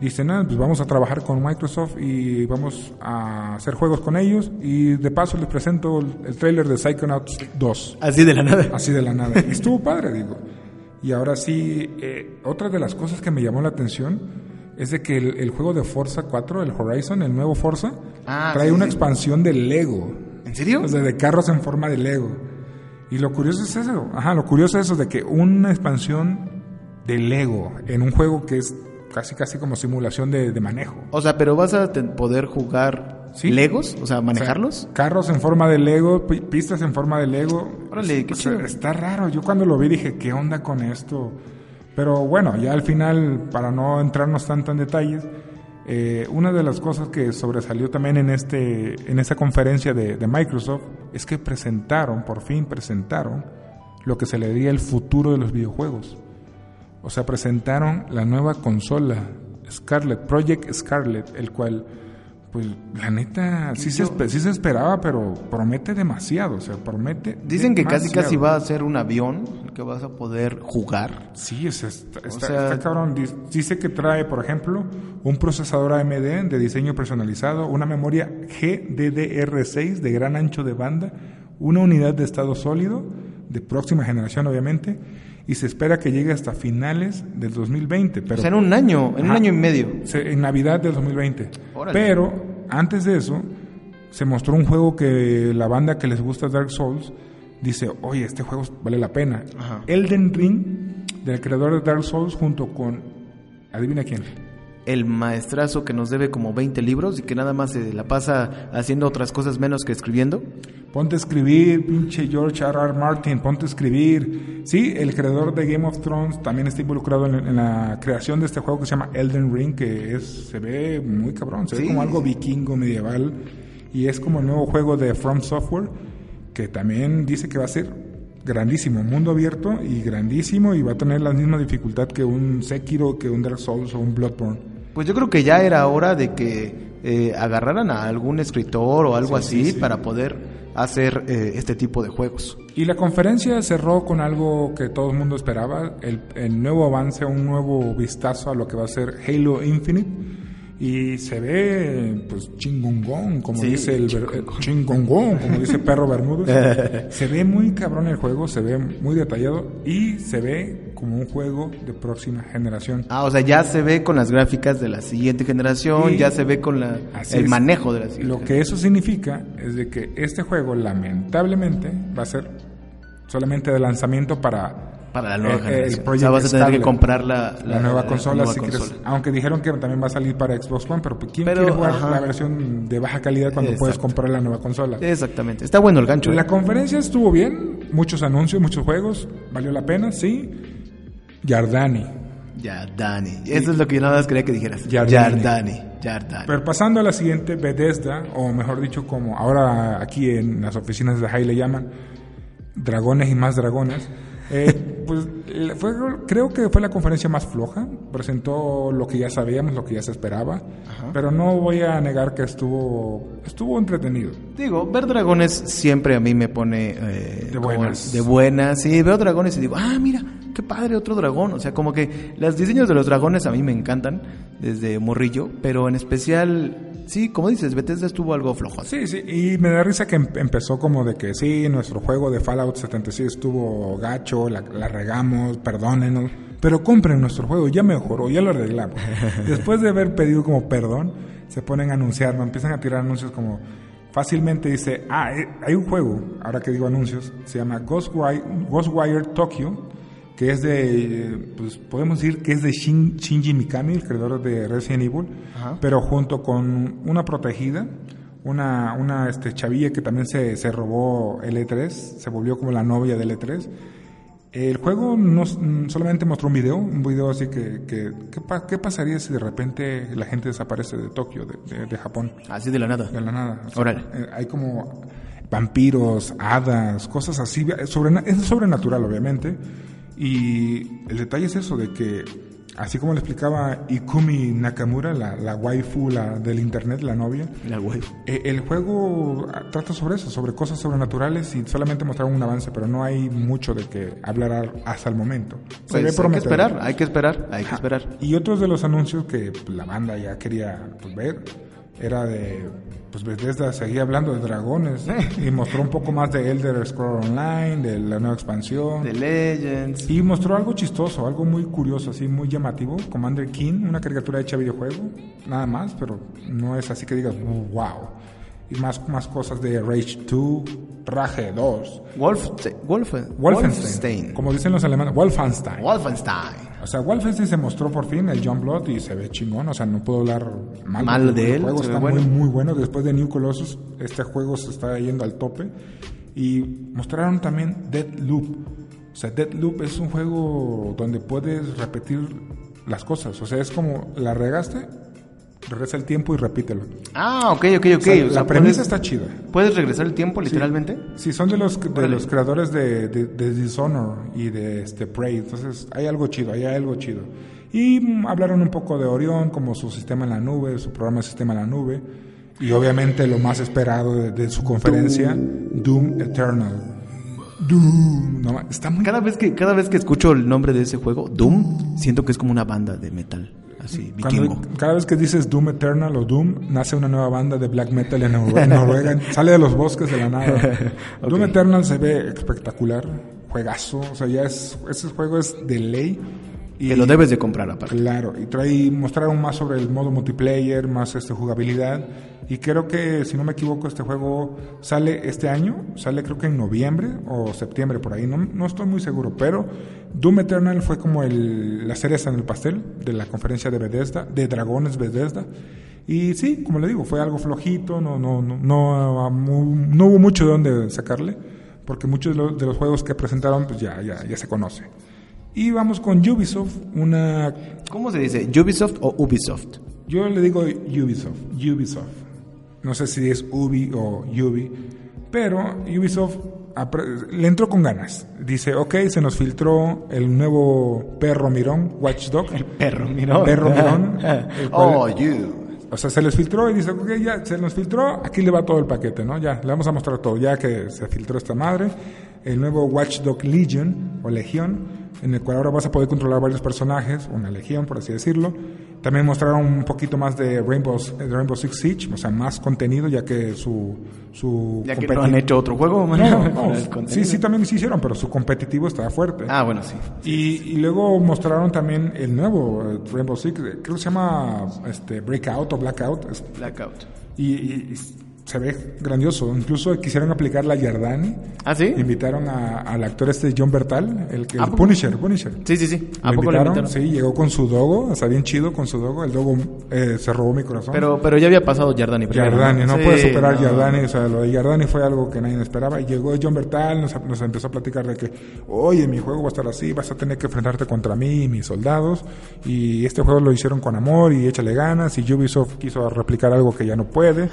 B: dice, nada, pues vamos a trabajar con Microsoft y vamos a hacer juegos con ellos. Y de paso les presento el, el trailer de Psychonauts 2.
A: Así de la nada.
B: Así de la nada. Y estuvo padre, digo. Y ahora sí, eh, otra de las cosas que me llamó la atención es de que el, el juego de Forza 4, el Horizon, el nuevo Forza,
A: Ah,
B: trae
A: sí,
B: una
A: sí.
B: expansión de Lego.
A: ¿En serio?
B: O sea, de carros en forma de Lego. Y lo curioso es eso. Ajá, lo curioso es eso de que una expansión de Lego en un juego que es casi casi como simulación de, de manejo.
A: O sea, pero vas a ten- poder jugar
B: Sí.
A: ¿Legos? O sea, manejarlos.
B: O sea, carros en forma de Lego, pi- pistas en forma de Lego. Pues, eh,
A: Órale, qué chido.
B: Está raro. Yo cuando lo vi dije, ¿qué onda con esto? Pero bueno, ya al final, para no entrarnos tanto en detalles, eh, una de las cosas que sobresalió también en, este, en esta conferencia de, de Microsoft es que presentaron, por fin presentaron, lo que se le diría el futuro de los videojuegos. O sea, presentaron la nueva consola Scarlet, Project Scarlet, el cual, pues la neta, sí, se, espe- sí se esperaba, pero promete demasiado. O sea, promete.
A: Dicen que casi
B: demasiado.
A: casi va a ser un avión que vas a poder jugar.
B: Sí, o sea, está, está-
A: sea-
B: está cabrón. Diz- Dice que trae, por ejemplo, un procesador AMD de diseño personalizado, una memoria GDDR6 de gran ancho de banda, una unidad de estado sólido, de próxima generación obviamente, y se espera que llegue hasta finales del 2020. Pero
A: o sea, en un año, en un
B: Ajá.
A: año y medio.
B: se- en Navidad del 2020.
A: Órale.
B: Pero antes de eso, se mostró un juego que la banda que les gusta Dark Souls dice, oye, este juego vale la pena.
A: Ajá.
B: Elden Ring, del creador de Dark Souls, junto con, adivina quién,
A: El maestrazo que nos debe como 20 libros y que nada más se la pasa haciendo otras cosas menos que escribiendo.
B: ponte a escribir, pinche George R. Martin, ponte a escribir. Sí, el creador de Game of Thrones también está involucrado en, en la creación de este juego que se llama Elden Ring, que es, se ve muy cabrón, se
A: Sí.
B: ve como algo vikingo medieval y es como el nuevo juego de From Software, que también dice que va a ser grandísimo, mundo abierto y grandísimo y va a tener la misma dificultad que un Sekiro, que un Dark Souls o un Bloodborne.
A: Pues yo creo que ya era hora de que eh, agarraran a algún escritor o algo así para poder hacer eh, este tipo de juegos.
B: Y la conferencia cerró con algo que todo el mundo esperaba, el, el nuevo avance, un nuevo vistazo a lo que va a ser Halo Infinite. Y se ve, pues, chingongón, como
A: Sí,
B: dice el... ver- eh, Chingongón, como dice Perro Bermúdez. se ve muy cabrón el juego, se ve muy detallado y se ve como un juego de próxima generación.
A: Ah, o sea, ya se ve con las gráficas de la siguiente generación,
B: Sí.
A: ya se ve con la,
B: Así
A: el
B: es.
A: manejo de la siguiente
B: Lo que eso significa es de que este juego, lamentablemente, va a ser solamente de lanzamiento para
A: para la nueva
B: Eh, eh, el
A: generación. O
B: Project
A: sea, vas a tener
B: Scarlet.
A: que comprar la,
B: la, nueva
A: la
B: consola,
A: nueva
B: si
A: consola.
B: quieres. Aunque dijeron que también va a salir para Xbox One, pero pues, ¿quién
A: Pero,
B: quiere jugar
A: ajá.
B: la versión de baja calidad cuando
A: Exacto. Eh,
B: puedes comprar la nueva consola?
A: Exactamente. Está bueno el gancho.
B: La
A: ¿eh?
B: conferencia estuvo bien, muchos anuncios, muchos juegos, valió la pena, sí. Yardani.
A: Ya, Dani. Eso es lo que yo nada más quería que dijeras.
B: Yardani.
A: Yardani. Yardani.
B: Pero pasando a la siguiente, Bethesda, o mejor dicho, como ahora aquí en las oficinas de High le llaman, Dragones y más Dragones. eh, pues eh, fue- creo que fue la conferencia más floja. Presentó lo que ya sabíamos, lo que ya se esperaba. Pero no voy a negar que estuvo, estuvo entretenido.
A: Digo, ver dragones siempre a mí me pone... eh,
B: De
A: como
B: buenas.
A: De buenas. Sí, veo dragones y digo, ah, mira, qué padre, otro dragón. O sea, como que los diseños de los dragones a mí me encantan desde morrillo, pero en especial, sí, como dices, Bethesda estuvo algo flojo.
B: Sí, sí, y me da risa que em- empezó como de que sí, nuestro juego de Fallout 76 estuvo gacho, la, la regamos, perdónenos, pero compren nuestro juego, ya mejoró, ya lo arreglamos. Después de haber pedido como perdón, se ponen a anunciar, ¿no? empiezan a tirar anuncios como fácilmente dice, ah, eh, hay un juego, ahora que digo anuncios, se llama Ghostwire, Ghostwire Tokyo, que es de, eh, pues podemos decir que es de Shin- Shinji Mikami, el creador de Resident Evil,
A: Ajá.
B: pero junto con una protegida, una, una este, chavilla que también se, se robó el E3, se volvió como la novia del E3. El juego no, s- mm, solamente mostró un video, un video así que, que, que pa- ¿qué pasaría si de repente la gente desaparece de Tokio, de, de- de Japón?
A: Así de la nada.
B: De la nada. O sea,
A: Órale.
B: eh, hay como vampiros, hadas, cosas así. eh, sobrena- es sobrenatural, obviamente. Y el detalle es eso, de que, así como le explicaba Ikumi Nakamura, la, la waifu la, del internet, la novia,
A: La web.
B: eh, el juego ah, trata sobre eso, sobre cosas sobrenaturales y solamente mostraron un avance, pero no hay mucho de que hablar al- hasta el momento.
A: Pues, hay que
B: prometedor.
A: esperar, hay que esperar, hay que esperar.
B: Y otros de los anuncios que pues, la banda ya quería pues, ver era de. Pues Bethesda seguía hablando de dragones y mostró un poco más de Elder Scrolls Online, de la nueva expansión.
A: The Legends.
B: Y mostró algo chistoso, algo muy curioso, así muy llamativo. Commander King, una caricatura hecha videojuego, nada más, pero no es así que digas, wow. Y más, más cosas de Rage 2, Rage 2,
A: Wolf, Wolf,
B: Wolfenstein. Como dicen los alemanes, Wolfenstein.
A: Wolfenstein.
B: O sea, Wolfenstein se mostró por fin el John Blood y se ve chingón. O sea, no puedo hablar mal,
A: Mal
B: porque
A: de
B: el
A: él,
B: juego
A: se ve
B: está
A: bueno.
B: muy, muy bueno. Después de New Colossus, este juego se está yendo al tope. Y mostraron también Deadloop. O sea, Deadloop es un juego donde puedes repetir las cosas. O sea, es como la regaste, regresa el tiempo y repítelo.
A: Ah, ok, ok, ok.
B: O sea,
A: O
B: la
A: sea,
B: premisa
A: puedes-
B: está chida.
A: ¿Puedes regresar el tiempo, literalmente?
B: Sí, son de los, de
A: Órale.
B: los creadores de, de- de Dishonor y de este Prey. Entonces, hay algo chido, hay algo chido. Y mm, hablaron un poco de Orión, como su sistema en la nube, su programa de sistema en la nube. Y obviamente lo más esperado de, de su conferencia, Doom Eternal. Doom. No, ma- está muy...
A: Cada vez que cada vez que escucho el nombre de ese juego, Doom, siento que es como una banda de metal, así
B: cuando-
A: vikingo.
B: cada vez que dices Doom Eternal o Doom, nace una nueva banda de black metal en Nor- Noruega. sale de los bosques de la nada. Doom
A: Ok.
B: Eternal se ve espectacular. Juegazo. O sea, ya es... Ese juego es de ley. Y
A: Que lo debes de comprar aparte.
B: Claro, y trae, mostraron más sobre el modo multiplayer, más este jugabilidad. Y creo que, si no me equivoco, este juego sale este año, sale creo que en noviembre o septiembre, por ahí, no, no estoy muy seguro. Pero Doom Eternal fue como el, la cereza en el pastel de la conferencia de Bethesda, de Dragones Bethesda. Y sí, como le digo, fue algo flojito, no, no, no, no, mu- no hubo mucho de dónde sacarle, porque muchos de los, de los juegos que presentaron pues ya, ya, ya se conocen. Y vamos con Ubisoft, una...
A: ¿Cómo se dice? ¿Ubisoft o Ubisoft?
B: Yo le digo Ubisoft, Ubisoft. No sé si es Ubi o Ubi, pero Ubisoft apre- le entró con ganas. Dice, ok, se nos filtró el nuevo perro mirón, Watchdog.
A: Perro mirón.
B: Perro mirón. el cual-
A: oh, you.
B: o sea, se les filtró y dice, ok, ya se nos filtró, aquí le va todo el paquete, ¿no? Ya, le vamos a mostrar todo, ya que se filtró esta madre, el nuevo Watchdog Legion o Legión, en el cual ahora vas a poder controlar varios personajes, una legión, por así decirlo. También mostraron un poquito más de Rainbow, de Rainbow Six Siege, o sea, más contenido, ya que su... su
A: Ya que
B: competi-
A: no han hecho otro juego,
B: No,
A: mano.
B: no,
A: Con el
B: sí,
A: contenido.
B: sí, también sí hicieron, pero su competitivo estaba fuerte.
A: Ah, bueno, sí.
B: Y, y luego mostraron también el nuevo eh, Rainbow Six, eh, creo que se llama este, Breakout o Blackout, es-
A: Blackout.
B: y, y- y se ve grandioso. Incluso quisieron aplicar la Yardani.
A: ¿Ah, sí?
B: Invitaron a- al actor este John Bertal, el, que-
A: ¿A
B: el
A: poco?
B: Punisher, Punisher.
A: Sí, sí, sí. ¿A
B: Lo
A: poco lo invitaron?
B: Sí, llegó con su dogo, o sea, bien chido con su dogo. El dogo eh, se robó mi corazón.
A: Pero, pero ya había pasado Jardani primero.
B: Yardani, no
A: Sí,
B: puede superar
A: no.
B: Yardani, o sea, lo de Yardani fue algo que nadie esperaba. Llegó John Bertal, nos, nos empezó a platicar de que, oye, mi juego va a estar así, vas a tener que enfrentarte contra mí y mis soldados, y este juego lo hicieron con amor y échale ganas, y Ubisoft quiso replicar algo que ya no puede.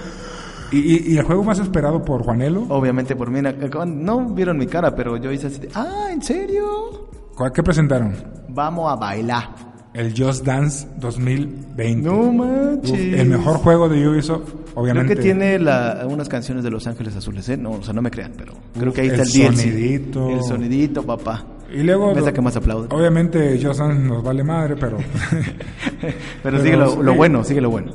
B: Y, y- y el juego más esperado por Juanelo,
A: Obviamente por mí, acaban- no vieron mi cara, pero yo hice así de, ah, ¿en serio?
B: ¿cuál- ¿qué presentaron?
A: Vamos a bailar.
B: El Just Dance 2020.
A: No
B: Uf,
A: manches.
B: el mejor juego de Ubisoft,
A: Creo
B: obviamente.
A: que tiene la, unas canciones de Los Ángeles Azules, ¿eh? No, o sea, no me crean, pero creo que ahí
B: el
A: está el DLC.
B: sonidito.
A: El sonidito, papá.
B: Y luego,
A: Mesa que más aplaude.
B: obviamente, Just Dance nos vale madre, pero
A: pero, sigue lo, lo
B: sí.
A: bueno, sigue lo bueno.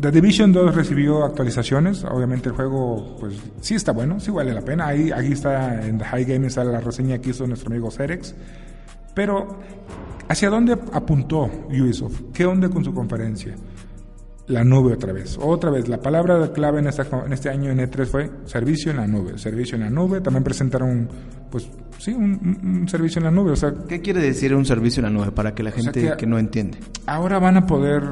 B: The Division 2 recibió actualizaciones. Obviamente el juego, pues sí está bueno, sí vale la pena. Ahí, aquí está en The High Game está la reseña que hizo nuestro amigo Cerex. Pero, ¿hacia dónde apuntó Ubisoft? ¿Qué onda con su conferencia? La nube otra vez. Otra vez, la palabra clave en, esta co- en este año en E3 fue servicio en la nube. Servicio en la nube. También presentaron, pues sí, un- un- un servicio en la nube. O sea,
A: ¿Qué quiere decir un servicio en la nube para que la
B: sea,
A: gente
B: que-
A: que... no entiende?
B: Ahora van a poder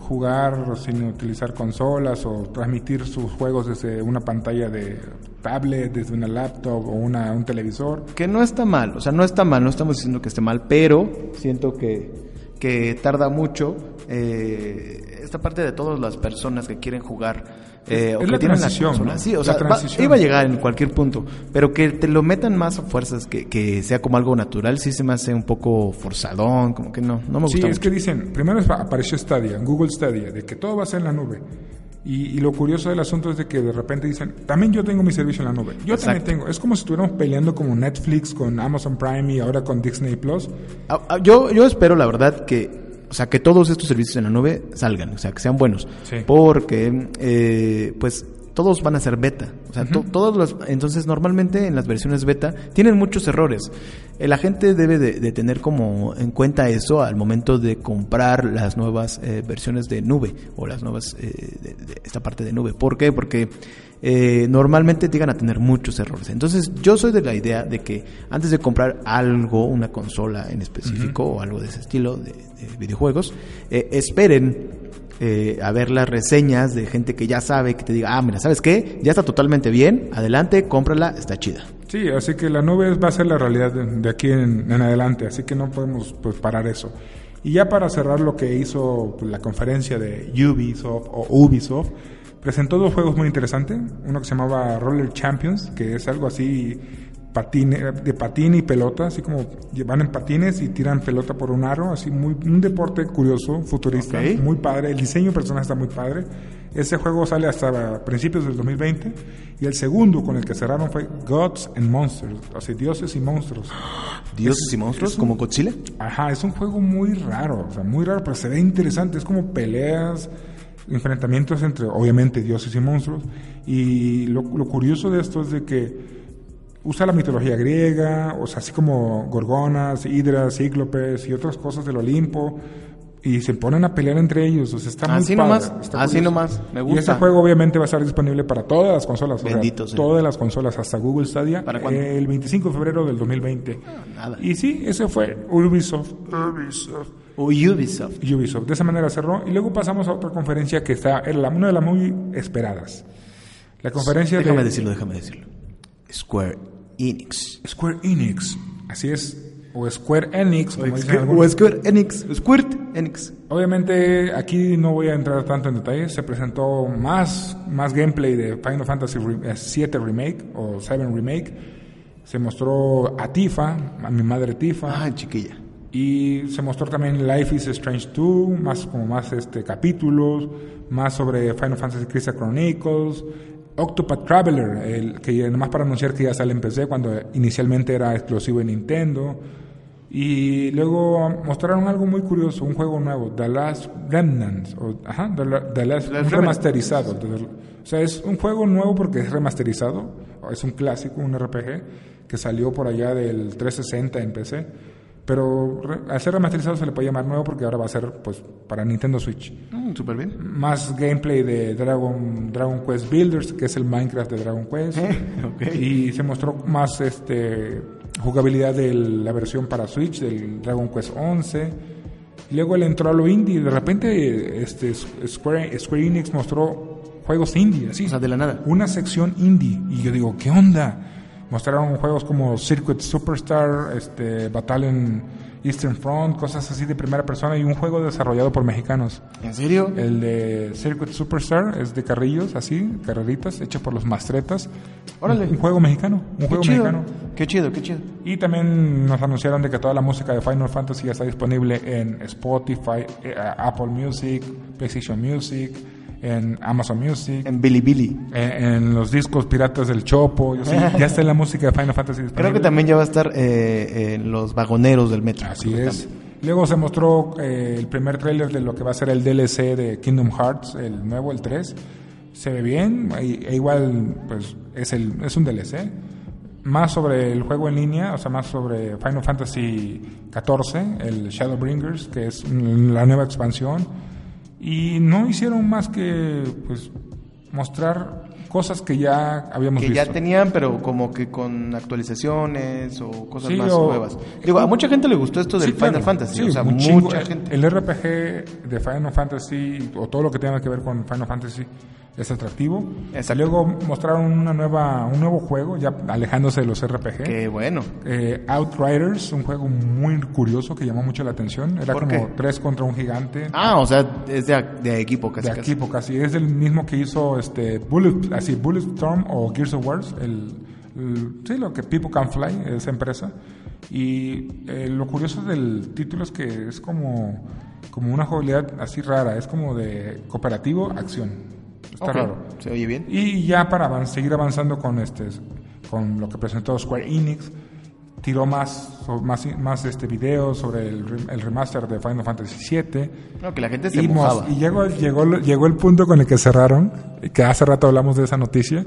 B: jugar sin utilizar consolas o transmitir sus juegos desde una pantalla de tablet, desde una laptop o una, un televisor.
A: Que no está mal, o sea, no está mal, no estamos diciendo que esté mal, pero siento que, que tarda mucho eh, esta parte de todas las personas que quieren jugar. eh,
B: Es-
A: o
B: es
A: que
B: la
A: tienen
B: transición,
A: la consola.
B: ¿no?
A: Sí, o
B: La
A: sea, va-
B: transición.
A: iba a llegar en cualquier punto, pero que te lo metan más a fuerzas, que, que sea como algo natural, sí se me hace un poco forzadón, como que no, no me gusta
B: Sí, es
A: mucho.
B: que dicen, primero es- apareció Stadia, Google Stadia, de que todo va a ser en la nube. Y, y lo curioso del asunto es de que de repente dicen, también yo tengo mi servicio en la nube. Yo también
A: Exacto.
B: tengo. Es como si estuviéramos peleando como Netflix, con Amazon Prime y ahora con Disney Plus.
A: Ah, ah, Yo, yo espero, la verdad, que, o sea, que todos estos servicios en la nube salgan, o sea, que sean buenos.
B: Sí.
A: Porque, eh, pues, todos van a ser beta. O sea, to- todos los, entonces, normalmente en las versiones beta tienen muchos errores. Eh, La gente debe de, de tener como en cuenta eso al momento de comprar las nuevas eh, versiones de nube o las nuevas, eh, de- de esta parte de nube. ¿Por qué? Porque eh, normalmente llegan a tener muchos errores. Entonces, yo soy de la idea de que antes de comprar algo, una consola en específico o algo de ese estilo de, de videojuegos, eh, esperen eh, a ver las reseñas de gente que ya sabe, que te diga, ah, mira, ¿sabes qué? Ya está totalmente bien, adelante, cómprala, está chida.
B: Sí, así que la nube va a ser la realidad de, de aquí en, en adelante, así que no podemos pues, parar eso. Y ya para cerrar lo que hizo pues, la conferencia de Ubisoft o Ubisoft, presentó dos juegos muy interesantes, uno que se llamaba Roller Champions, que es algo así patine- de patín y pelota, así como van en patines y tiran pelota por un aro, así muy un deporte curioso, futurista,
A: Ok.
B: muy padre, el diseño de personaje está muy padre. Ese juego sale hasta principios del 2020 y el segundo con el que cerraron fue Gods and Monsters, o sea, dioses y monstruos.
A: Dioses y monstruos, como Godzilla.
B: Ajá, es un juego muy raro, o sea, muy raro, pero se ve interesante. Es como peleas, enfrentamientos entre, obviamente, dioses y monstruos. Y lo, lo curioso de esto es de que usa la mitología griega, o sea, así como gorgonas, hidras, cíclopes y otras cosas del Olimpo. Y se ponen a pelear entre ellos, o sea, está muy
A: Así
B: padre,
A: nomás,
B: está
A: así
B: curioso.
A: nomás, me
B: Y
A: gusta.
B: este juego obviamente va a estar disponible para todas las consolas, o sea,
A: Bendito sea.
B: todas las consolas, hasta Google Stadia, eh,
A: ¿Para cuándo? Ah,
B: el 25 de febrero del 2020.
A: Nada.
B: Y sí, ese fue Ubisoft. Ubisoft.
A: O Ubisoft.
B: Ubisoft. De esa manera cerró. Y luego pasamos a otra conferencia que está, era la- una de las muy esperadas. La conferencia
A: Déjame
B: de
A: decirlo, déjame decirlo. Square Enix.
B: Square Enix. Así es. O Square Enix, como dicen
A: O
B: algunos.
A: Square Enix. Squirt Enix.
B: Obviamente, aquí no voy a entrar tanto en detalle. Se presentó más, más gameplay de Final Fantasy Re- eh, 7 Remake o 7 Remake. Se mostró a Tifa, a mi madre Tifa.
A: Ah, chiquilla.
B: Y se mostró también Life is Strange 2, más como más este capítulos, más sobre Final Fantasy Crystal Chronicles, Octopath Traveler, el que ya- nomás para anunciar que ya sale en PC cuando inicialmente era exclusivo en Nintendo. Y luego mostraron algo muy curioso, un juego nuevo, The Last Remnants, o, ajá, The, La- The Last,
A: Remnants.
B: remasterizado. The- The- o sea, es un juego nuevo porque es remasterizado, o es un clásico, un RPG, que salió por allá del 360 en PC. Pero re- al ser remasterizado se le puede llamar nuevo porque ahora va a ser pues para Nintendo Switch.
A: Súper bien.
B: Más gameplay de Dragon, Dragon Quest Builders, que es el Minecraft de Dragon Quest.
A: ok.
B: Y se mostró más este jugabilidad de la versión para Switch del Dragon Quest 11. Y Luego él entró a lo indie y de repente este, Square, Square Enix mostró juegos indie, así.
A: O sea, de la nada.
B: Una sección indie. Y yo digo, ¿qué onda? Mostraron juegos como Circuit Superstar, este, Battalion Eastern Front, cosas así de primera persona y un juego desarrollado por mexicanos.
A: ¿En serio?
B: El de Circuit Superstar es de carrillos, así, carreritas, hechas por los mastretas.
A: Órale.
B: Un, un juego mexicano, un
A: Qué
B: juego
A: chido.
B: mexicano.
A: Qué chido, qué chido.
B: Y también nos anunciaron de que toda la música de Final Fantasy ya está disponible en Spotify, eh, Apple Music, PlayStation Music, en Amazon Music,
A: En Bilibili.
B: en, en los discos piratas del Chopo. yo sé, ya está la música de Final Fantasy disponible.
A: Creo que también ya va a estar eh, en los vagoneros del metro.
B: Así es. Luego se mostró eh, el primer tráiler de lo que va a ser el DLC de Kingdom Hearts, el nuevo, el 3. Se ve bien, e- e igual pues es, el, es un DLC. Más sobre el juego en línea, o sea, más sobre Final Fantasy XIV, el Shadowbringers, que es mm, la nueva expansión. Y no hicieron más que pues mostrar cosas que ya habíamos
A: Que
B: visto.
A: ya tenían, pero como que con actualizaciones o cosas
B: Sí,
A: más
B: o-
A: nuevas. Digo, a mucha gente le gustó esto del
B: Sí,
A: Final
B: claro.
A: Fantasy.
B: Sí,
A: o sea,
B: un chingo.
A: mucha
B: El-
A: gente.
B: El RPG de Final Fantasy o todo lo que tenga que ver con Final Fantasy es atractivo.
A: Exacto.
B: Luego mostraron una nueva, un nuevo juego, ya alejándose de los RPG.
A: Qué bueno.
B: Eh, Outriders, un juego muy curioso que llamó mucho la atención. Era
A: ¿Por
B: como
A: qué?
B: tres contra un gigante.
A: Ah, o sea, es de, de equipo casi.
B: de
A: casi.
B: aquí, porque así es el mismo que hizo este Bullet, así Bulletstorm o Gears of War, el, el- sí, lo que People Can Fly, esa empresa. Y eh, lo curioso del título es que es como, como una jugabilidad así rara, es como de cooperativo acción. Está
A: Ok,
B: raro.
A: Se oye bien.
B: Y ya para avan- seguir avanzando con este con lo que presentó Square Enix, tiró más so- más más este video sobre el, rem- el remaster de Final Fantasy VII
A: No, que la gente se
B: y, mos-
A: mojaba.
B: y llegó, llegó, llegó el punto con el que cerraron, que hace rato hablamos de esa noticia,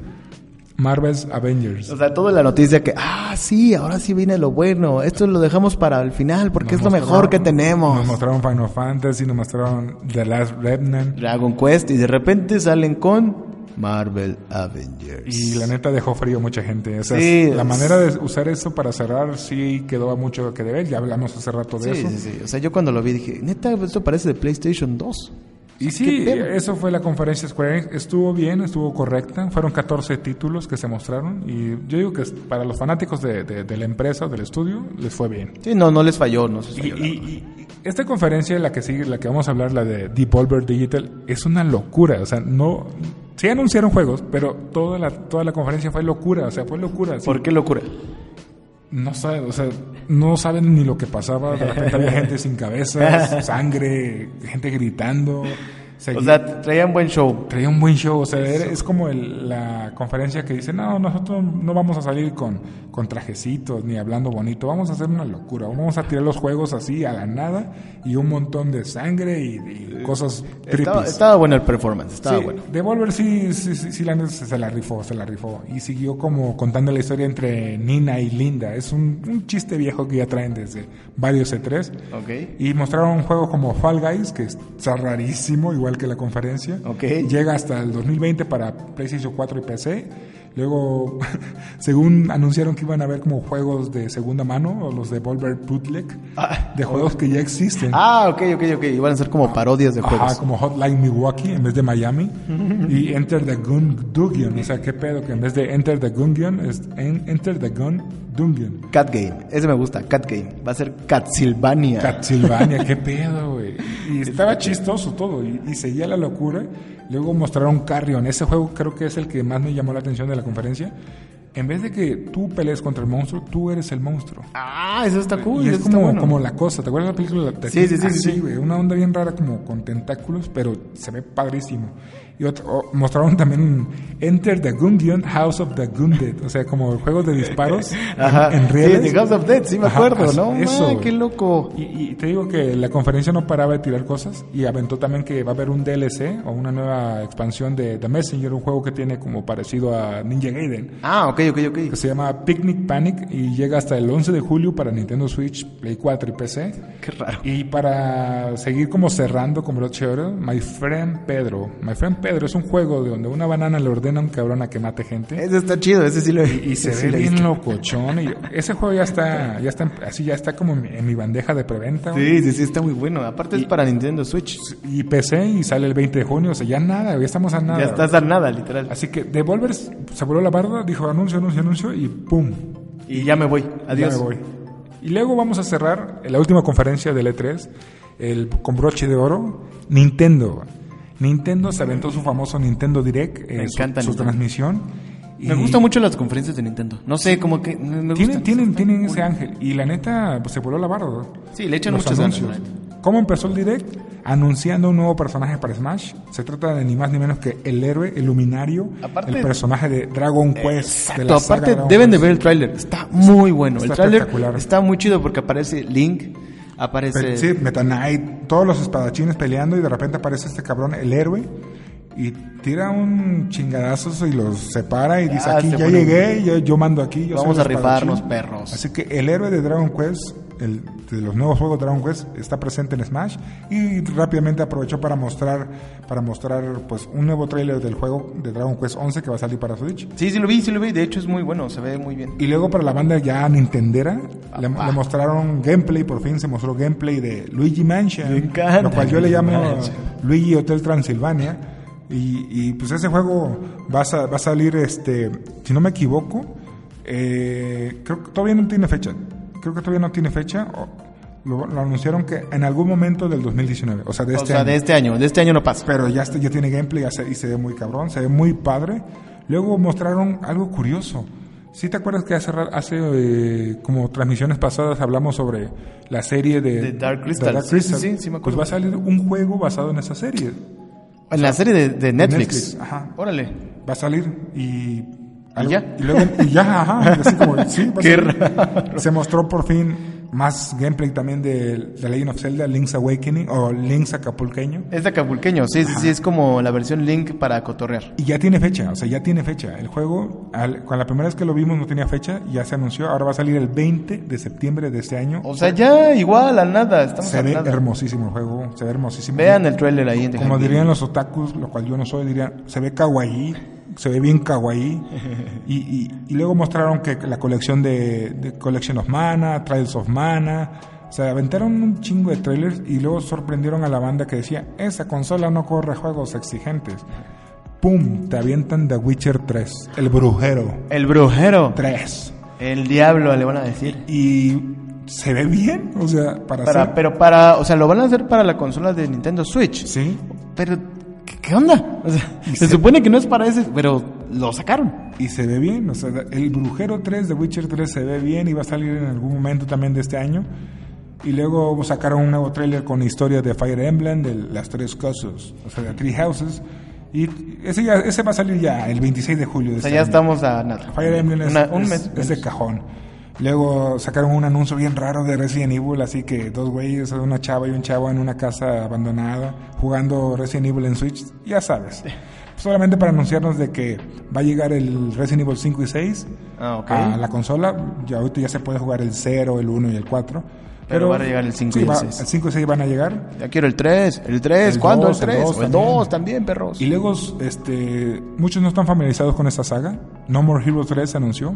B: Marvel's Avengers.
A: O sea, toda la noticia que, ah, sí, ahora sí viene lo bueno. Esto lo dejamos para el final porque
B: Nos
A: es lo mejor
B: mostraron-
A: que tenemos.
B: Nos mostraron Final Fantasy, nos mostraron The Last Remnant.
A: Dragon Quest y de repente salen con Marvel Avengers.
B: Y la neta dejó frío mucha gente. O sea,
A: Sí,
B: la
A: es-
B: manera de usar eso para cerrar sí quedó a mucho que deber. Ya hablamos hace rato de
A: Sí,
B: eso.
A: sí, sí. O sea, yo cuando lo vi dije, neta, esto parece de PlayStation 2.
B: Y sí, eh,
A: ¿Qué pedo?
B: eso fue la conferencia Square Enix. Estuvo bien, estuvo correcta. Fueron 14 títulos que se mostraron. Y yo digo que es- para los fanáticos de, de- de la empresa, del estudio, les fue bien.
A: Sí, no, no les falló, no se
B: Y,
A: falló. la verdad.
B: y- y- y esta conferencia, la que sigue, la que vamos a hablar, la de Devolver Digital, es una locura. O sea, no. Sí anunciaron juegos, pero toda la, toda la conferencia fue locura. O sea, fue locura. sí.
A: ¿Por qué locura?
B: No saben, o sea, no saben ni lo que pasaba. De repente había gente sin cabeza, sangre, gente gritando.
A: O
B: Seguía-
A: sea, traían buen show.
B: traía un buen show. O sea, era- es como el- la conferencia que dice, no, nosotros no vamos a salir con, con trajecitos ni hablando bonito. Vamos a hacer una locura. Vamos a tirar los juegos así a la nada y un montón de sangre y, y cosas
A: Eh, Estaba,
B: triples.
A: estaba bueno el performance, estaba bueno.
B: Devolver sí, sí, sí, sí, la neta, se se la rifó, se la rifó. Y siguió como contando la historia entre Nina y Linda. Es un, un chiste viejo que ya traen desde varios E E3.
A: Ok.
B: Y mostraron un juego como Fall Guys, que está rarísimo, igual que la conferencia.
A: Ok.
B: Llega hasta el 2020 para PlayStation 4 y PC. Luego, según anunciaron que iban a haber como juegos de segunda mano, o los de Volver Bootleg,
A: Ah.
B: de juegos que ya existen.
A: Ah, ok, ok, ok. Iban a ser como parodias de juegos.
B: Ajá, como Hotline Milwaukee en vez de Miami. y Enter the Gun Dungeon. O sea, qué pedo que en vez de Enter the Gungeon es en- Enter the Gun Dungeon.
A: Cat Game. Ese me gusta, Cat Game. Va a ser Catsilvania.
B: Transilvania, qué pedo, güey. Y estaba chistoso todo, y, y seguía la locura. Luego mostraron Carrion, ese juego creo que es el que más me llamó la atención de la conferencia. En vez de que tú pelees contra el monstruo, tú eres el monstruo.
A: Ah, eso está cool.
B: y es
A: eso está
B: como,
A: bueno.
B: como la cosa, ¿te acuerdas de la película? de la-
A: Sí, sí, sí, sí,
B: Así,
A: sí.
B: güey, una onda bien rara como con tentáculos, pero se ve padrísimo. Y otro- o- mostraron también Enter the Gungeon, House of the Gunded, o sea, como juegos de disparos en-
A: Ajá.
B: en
A: sí,
B: rieles.
A: de House of Dead, sí me
B: Ajá,
A: acuerdo,
B: así-
A: ¿no?
B: eso,
A: Eso,
B: güey.
A: qué loco.
B: Y, y te digo que la conferencia no paraba de tirar cosas y aventó también que va a haber un DLC o una nueva expansión de The Messenger, un juego que tiene como parecido a Ninja Gaiden,
A: Ah, ok, ok, ok.
B: que se llama Picnic Panic y llega hasta el 11 de julio para Nintendo Switch, Play 4 y PC.
A: Qué raro.
B: Y para seguir como cerrando con broche de oro, My Friend Pedro. My Friend Pedro es un juego de donde una banana le ordena a un cabrón a que mate gente.
A: Ese está chido, ese sí lo
B: Y, y se
A: ese sí
B: ve
A: lo he
B: bien
A: visto.
B: locochón. Y ese juego ya está, ya está, en- así ya está como en mi, en mi bandeja de preventa.
A: Sí, sí, sí, está muy bueno. Aparte es para Nintendo Switch.
B: Y PC y sale el 20 de junio. O sea, ya nada, ya estamos a nada.
A: ya estás a nada, literal.
B: Así que Devolver se voló la barda, dijo anuncio, anuncio, anuncio y ¡pum!
A: Y ya me voy. Adiós.
B: Ya me voy. Y luego vamos a cerrar la última conferencia del E3 el, con broche de oro, Nintendo. Nintendo se aventó su famoso Nintendo Direct, eh,
A: Me
B: su,
A: encanta
B: su
A: Nintendo.
B: transmisión.
A: Me
B: y-
A: gustan mucho las conferencias de Nintendo. No sé, como que me me
B: Tienen,
A: gustan.
B: tienen, tienen ese ángel. Y la neta, pues, se voló la barda.
A: Sí, le echan
B: Los
A: muchas ganas,
B: anuncios.
A: la
B: ¿Cómo empezó el direct? Anunciando un nuevo personaje para Smash. Se trata de ni más ni menos que el héroe, el luminario,
A: Aparte-
B: el personaje de Dragon Quest. de
A: Exacto,
B: la saga
A: aparte
B: Dragon
A: deben de
B: Quest.
A: ver el tráiler. Está muy bueno.
B: Está
A: el tráiler
B: espectacular.
A: está muy chido porque aparece Link, aparece...
B: Pe- Sí, Meta Knight, todos los espadachines peleando y de repente aparece este cabrón, el héroe, y tira un chingadazo y los separa y dice,
A: Ah,
B: aquí
A: se
B: ya
A: pone-
B: llegué, yo, yo mando aquí. Yo soy
A: Vamos
B: el
A: a rifarnos,
B: espadachín".
A: perros.
B: Así que el héroe de Dragon Quest, el, de los nuevos juegos Dragon Quest, está presente en Smash y rápidamente aprovechó para mostrar, para mostrar pues un nuevo tráiler del juego de Dragon Quest 11 que va a salir para Switch.
A: Sí, sí lo vi, sí lo vi. De hecho es muy bueno, se ve muy bien.
B: Y luego para la banda ya nintendera, le, le mostraron gameplay, por fin se mostró gameplay de Luigi Mansion.
A: Me encanta
B: Lo cual yo le
A: Luigi
B: llamo
A: Mansion.
B: Luigi Hotel Transilvania. Y, y, pues ese juego va a, sa- va a salir, este si no me equivoco, eh, creo que todavía no tiene fecha. Creo que todavía no tiene fecha. O- Lo, lo anunciaron que en algún momento del 2019, o sea, de este
A: o sea,
B: año.
A: de este año, de este año no pasa.
B: Pero ya, está- ya tiene gameplay ya se- y se ve muy cabrón, se ve muy padre. Luego mostraron algo curioso. ¿Sí te acuerdas que hace, ra- hace eh, como transmisiones pasadas hablamos sobre la serie de,
A: De Dark Crystal.
B: de Dark
A: Sí, sí,
B: Crystal?
A: sí, sí me acuerdo.
B: Pues va a salir un juego basado en esa serie.
A: en la serie de, de Netflix.
B: Netflix, ajá.
A: Órale.
B: Va a salir y...
A: ya?
B: Y, luego, y ya, ajá. así como, sí, va a
A: Qué
B: salir. Se mostró por fin Más gameplay también de, de Legend of Zelda, Link's Awakening o Link's Acapulqueño.
A: Es de acapulqueño, sí, sí, sí, es como la versión Link para cotorrear.
B: Y ya tiene fecha, o sea, ya tiene fecha. El juego, al, con la primera vez que lo vimos no tenía fecha, ya se anunció, ahora va a salir el 20 de septiembre de este año.
A: O sea, ya igual a nada, estamos
B: se
A: a
B: ve
A: nada.
B: hermosísimo el juego, se ve hermosísimo.
A: Vean el tráiler ahí en The
B: Como
A: Hype.
B: dirían los otakus, lo cual yo no soy, dirían, se ve kawaii, se ve bien kawaii. Y, y- y luego mostraron que la colección de, de Collection of Mana, Trials of Mana, se aventaron un chingo de trailers y luego sorprendieron a la banda que decía, esa consola no corre juegos exigentes. ¡Pum! Te avientan The Witcher 3, el brujero
A: El brujero,
B: 3.
A: el diablo le van a decir.
B: Y se ve bien, o sea, para,
A: Para,
B: hacer-
A: pero para, o sea, lo van a hacer para la consola de Nintendo Switch.
B: Sí,
A: Pero, ¿qué, qué onda? O sea,
B: Y
A: se
B: se-
A: supone que no es para ese, pero lo sacaron.
B: Y se ve bien, o sea, el Brujero 3 de Witcher 3 se ve bien y va a salir en algún momento también de este año. Y luego sacaron un nuevo tráiler con historia de Fire Emblem, de las tres cosas, o sea, de Three Houses. Y ese, ya, ese va a salir ya el 26 de julio. De
A: O sea,
B: este
A: ya
B: año.
A: estamos a nada.
B: Fire Emblem es,
A: Una- un
B: es-
A: mes.
B: es de cajón. Luego sacaron un anuncio bien raro de Resident Evil, así que dos güeyes, una chava y un chavo en una casa abandonada jugando Resident Evil en Switch, ya sabes. Pues Solamente para anunciarnos de que va a llegar el Resident Evil 5 y 6
A: Ah, ok.
B: a la consola. Ya ahorita ya se puede jugar el 0, el 1 y el 4.
A: Pero van a llegar el 5
B: sí,
A: y el
B: va-
A: 6.
B: El 5 y 6 van a llegar.
A: Ya quiero el 3, el 3,
B: El
A: ¿cuándo
B: dos,
A: el
B: el
A: 3?
B: dos
A: o el
B: también.
A: 2 también, perros.
B: Y luego, este, muchos no están familiarizados con esta saga. No More Heroes 3 se anunció.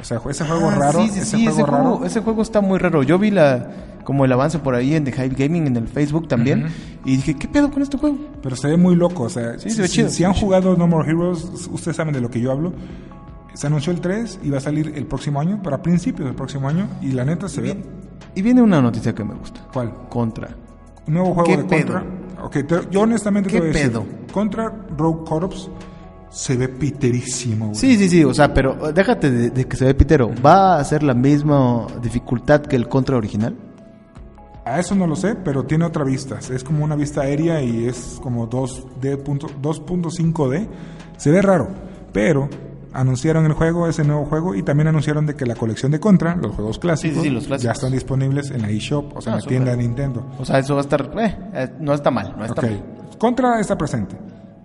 B: O sea, ese juego
A: Ah,
B: raro,
A: sí, sí,
B: ese
A: sí,
B: juego
A: ese,
B: raro.
A: juego, ese juego está muy raro. Yo vi la como el avance por ahí en The Hype Gaming en el Facebook también y dije, ¿qué pedo con este juego?
B: Pero se ve muy loco, o sea,
A: Sí,
B: si,
A: se ve
B: si-
A: chido,
B: si
A: se ve
B: han jugado No More Heroes, ustedes saben de lo que yo hablo. Se anunció el 3 y va a salir el próximo año, para principios del próximo año, y la neta se ve.
A: Y viene una noticia que me gusta.
B: ¿Cuál?
A: Contra.
B: Un nuevo juego
A: ¿Qué
B: de Contra. Ok, te- yo honestamente
A: ¿Qué
B: te voy a decir,
A: pedo?
B: Contra Rogue Corps se ve piterísimo, güey.
A: Sí, sí, sí, o sea, pero eh, déjate de, de que se ve pitero. ¿Va a ser la misma dificultad que el Contra original?
B: A eso no lo sé, pero tiene otra vista. Es como una vista aérea y es como 2D punto- 2.5D. Se ve raro, pero anunciaron el juego, ese nuevo juego, y también anunciaron de que la colección de Contra, los juegos clásicos,
A: sí, los clásicos.
B: ya están disponibles en la eShop, o sea,
A: Ah,
B: en la
A: súper.
B: tienda de Nintendo.
A: O sea, eso va a estar eh, eh, no está mal, no está
B: Ok.
A: mal.
B: Contra está presente.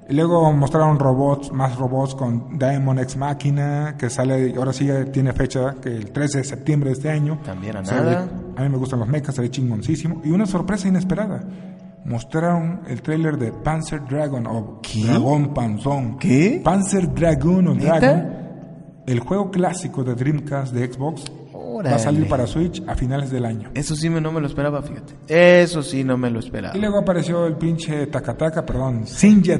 B: Y luego mostraron robots, más robots con Diamond X Máquina, que sale, ahora sí ya tiene fecha, que el 13 de septiembre de este año.
A: También a
B: Se ve-
A: nada.
B: a mí me gustan los mechas, se ve chingoncísimo. Y una sorpresa inesperada. Mostraron el tráiler de Panzer Dragon o
A: ¿Qué?
B: Dragón Panzón.
A: ¿Qué?
B: Panzer Dragon o
A: ¿Neta?
B: Dragon. El juego clásico de Dreamcast de Xbox va
A: Órale.
B: a salir para Switch a finales del año.
A: Eso sí me- no me lo esperaba, fíjate. Eso sí no me lo esperaba.
B: Y luego apareció el pinche Takataka, perdón, Shinja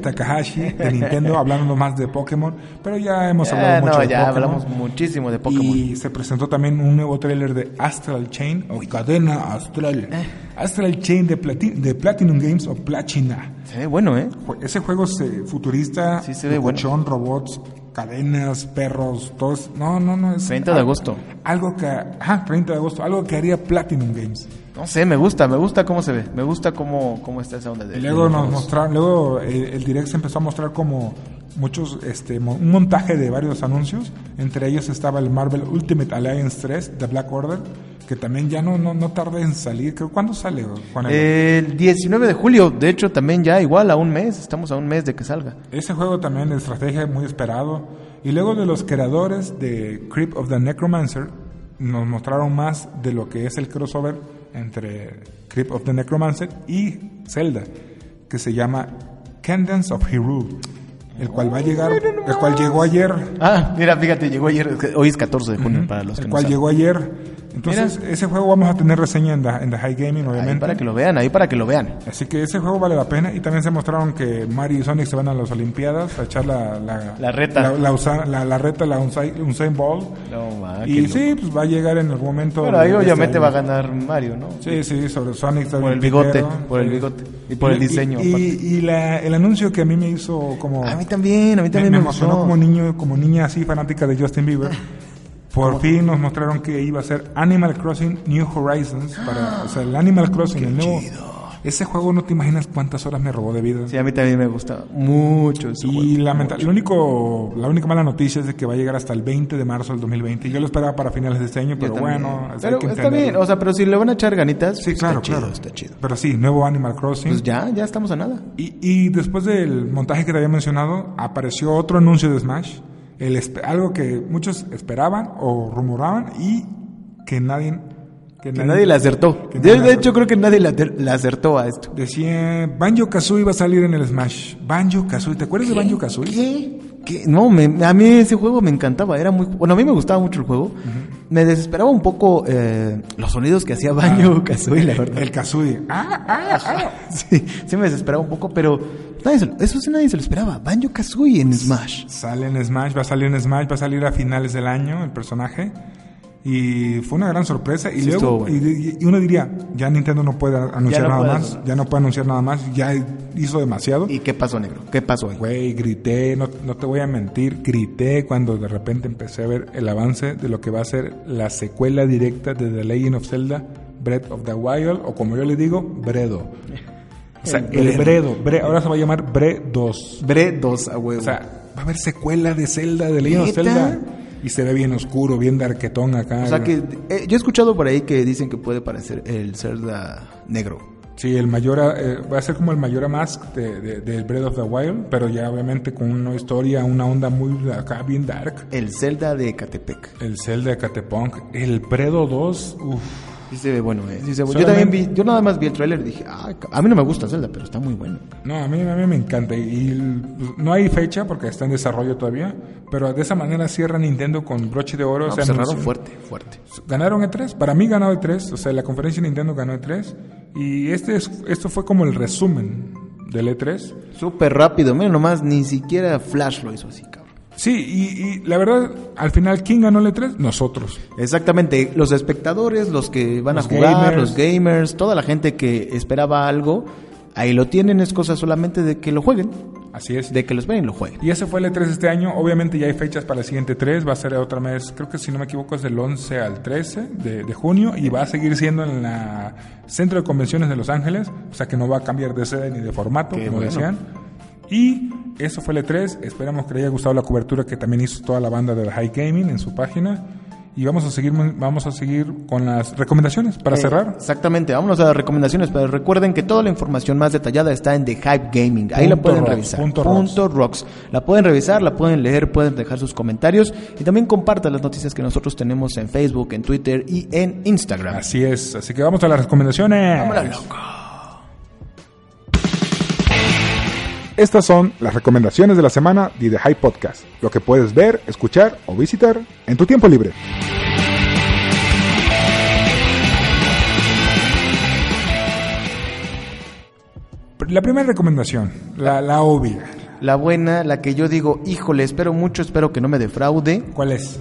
B: Takahashi de Nintendo, hablando más de Pokémon, pero ya hemos hablado
A: Eh,
B: mucho
A: no,
B: de
A: ya
B: Pokémon.
A: hablamos muchísimo de Pokémon.
B: Y se presentó también un nuevo tráiler de Astral Chain o Cadena Astral.
A: Eh.
B: Astral Chain de, Plati- de Platinum Games o Platina.
A: Se ve bueno, ¿eh?
B: Jue- Ese juego se, futurista,
A: Sí, se ve bueno.
B: locochón, robots, cadenas, perros, todos. No, no, no. Es
A: 30 de
B: al-
A: agosto.
B: Algo que. Ah, 30 de agosto. Algo que haría Platinum Games.
A: No sé, me gusta, me gusta cómo se ve. Me gusta cómo, cómo está esa onda de.
B: Y luego
A: de-
B: nos mostraron, luego el, el direct se empezó a mostrar como muchos, este, mo- un montaje de varios anuncios. Entre ellos estaba el Marvel Ultimate Alliance 3 de Black Order, que también ya no, no, no tarda en salir. Creo, ¿Cuándo sale, Juan?
A: El 19 de julio, de hecho, también ya igual, a un mes. Estamos a un mes de que salga.
B: Ese juego también de estrategia muy esperado. Y luego de los creadores de Creep of the Necromancer, nos mostraron más de lo que es el crossover entre Creep of the Necromancer y Zelda, que se llama Candence of Hero, el cual va a llegar, el cual llegó ayer,
A: Ah, mira, fíjate, llegó ayer. es que Hoy es 14 de junio para los que
B: el
A: no
B: cual
A: saben.
B: llegó ayer. Entonces, ese juego vamos a tener reseña en The, en the High Gaming,
A: Ahí
B: obviamente.
A: para que lo vean, ahí para que lo vean.
B: Así que ese juego vale la pena. Y también se mostraron que Mario y Sonic se van a las Olimpiadas a echar la, la,
A: La reta.
B: La, la usa- la- la reta, la Usain, Usain Ball.
A: No, ma, Ah, qué
B: y
A: loco.
B: sí, pues va a llegar en algún momento.
A: Pero ahí
B: de este
A: obviamente
B: año.
A: va a ganar Mario, ¿no?
B: Sí, sí, sobre Sonic. sobre
A: Por el bigote,
B: primero.
A: por el bigote. Y por el diseño,
B: Y,
A: aparte.
B: y la- el anuncio que a mí me hizo como.
A: A mí también, a mí también
B: me,
A: me,
B: me emocionó
A: gustó.
B: como niño, como niña así fanática de Justin Bieber. Por fin nos
A: Ah,
B: mostraron que iba a ser Animal Crossing New Horizons para, o sea, el Animal Crossing, el nuevo, Ese juego no te imaginas cuántas horas me robó de vida.
A: Sí, a mí también me gusta mucho ese
B: Y
A: juego,
B: lamentable,
A: mucho.
B: lo único, la única mala noticia es de que va a llegar hasta el 20 de marzo del 2020. Yo lo esperaba para finales de este año, pero
A: Yo también.
B: bueno, así
A: Pero
B: hay que
A: está bien,
B: entenderlo.
A: o sea, pero si le van a echar ganitas, pues
B: Sí,
A: está
B: claro,
A: chido,
B: claro.
A: está chido.
B: Pero sí, nuevo Animal Crossing.
A: Pues ya, ya estamos a nada.
B: Y, y después del montaje que te había mencionado, apareció otro anuncio de Smash, el espe- algo que muchos esperaban o rumoraban y que nadie...
A: Que nadie le acertó.
B: que
A: De,
B: nadie
A: de
B: le
A: hecho, creo que nadie le, ater- le acertó a esto.
B: Decía, Banjo Kazooie va a salir en el Smash. Banjo Kazooie, ¿te acuerdas de Banjo Kazooie?
A: ¿Qué? ¿Qué? No, me- a mí ese juego me encantaba, era muy... Bueno, a mí me gustaba mucho el juego. Me desesperaba un poco eh, los sonidos que hacía
B: Ah.
A: Baño Kazooie, la verdad.
B: El Kazooie. Ah, ah, ah.
A: Sí, sí me desesperaba un poco, pero nadie se lo- eso sí nadie se lo esperaba. Banjo Kazooie en Smash.
B: Sale en Smash, va a salir en Smash, va a salir a finales del año el personaje. Y fue una gran sorpresa. Y
A: Sí, estuvo
B: luego,
A: bueno.
B: y, y uno diría, ya Nintendo no puede anunciar
A: no
B: nada
A: puede
B: más, ya no puede anunciar nada más, ya hizo demasiado.
A: ¿Y qué pasó, negro? ¿Qué pasó? ahí?
B: Güey, grité, no, no te voy a mentir, grité cuando de repente empecé a ver el avance de lo que va a ser la secuela directa de The Legend of Zelda, Breath of the Wild, o como yo le digo, Bredo. O sea, el, Bredo, Bre- ahora se va a llamar Bre 2.
A: Bre 2 a huevo.
B: O sea, va a haber secuela de Zelda, de Legend of
A: ¿Neta?
B: Zelda, y se ve bien oscuro, bien darquetón acá.
A: O sea que eh, yo he escuchado por ahí que dicen que puede parecer el Zelda negro.
B: Sí, el mayor eh, va a ser como el mayor Mask de, de- del Breath of the Wild, pero ya obviamente con una historia, una onda muy acá, bien dark.
A: El Zelda de Catepec.
B: El Zelda de Catepunk, el Predo 2, uff,
A: Sí se ve bueno, eh. Sí se ve- Yo
B: Solamente-
A: también vi, yo nada más vi el trailer y dije, ah, ca- a mí no me gusta Zelda, pero está muy bueno. Ah,
B: no, a mí, a mí me encanta. Y el- no hay fecha porque está en desarrollo todavía, pero de esa manera cierra Nintendo con broche de oro.
A: No,
B: o sea,
A: pues, cerraron
B: anunció-
A: fuerte, fuerte.
B: Ganaron E3, para mí ganó E3, o sea, la conferencia de Nintendo ganó E3, y este es, esto fue como el resumen del E E3.
A: Súper rápido, mira nomás, ni siquiera Flash lo hizo así, cabrón.
B: Sí, y, y la verdad, al final, ¿quién ganó el E3? Nosotros.
A: Exactamente, los espectadores, los que van
B: Los
A: a jugar,
B: gamers.
A: los gamers, toda la gente que esperaba algo, ahí lo tienen, es cosa solamente de que lo jueguen,
B: Así es.
A: de que lo esperen y lo jueguen.
B: Y ese fue el E3 de este año. Obviamente ya hay fechas para el siguiente 3. Va a ser otra vez, creo que si no me equivoco, es del 11 al 13 de, de junio. Y va a seguir siendo en la Centro de Convenciones de Los Ángeles. O sea que no va a cambiar de sede ni de formato,
A: Qué
B: como
A: bueno.
B: decían. Y eso fue el E3. Esperamos que le haya gustado la cobertura que también hizo toda la banda de High Gaming en su página. Y vamos a seguir, vamos a seguir con las recomendaciones para cerrar.
A: Exactamente, vámonos a las recomendaciones, pero recuerden que toda la información más detallada está en The Hype Gaming, ahí la
B: Punto
A: pueden
B: rocks,
A: revisar.
B: punto
A: rocks. La pueden revisar, la pueden leer, pueden dejar sus comentarios y también compartan las noticias que nosotros tenemos en Facebook, en Twitter y en Instagram.
B: Así es. Así que vamos a las recomendaciones.
C: Estas son las recomendaciones de la semana de The High Podcast, lo que puedes ver, escuchar o visitar en tu tiempo libre.
B: La primera recomendación, la, la obvia.
A: La buena, la que yo digo, híjole, espero mucho, espero que no me defraude.
B: ¿Cuál es?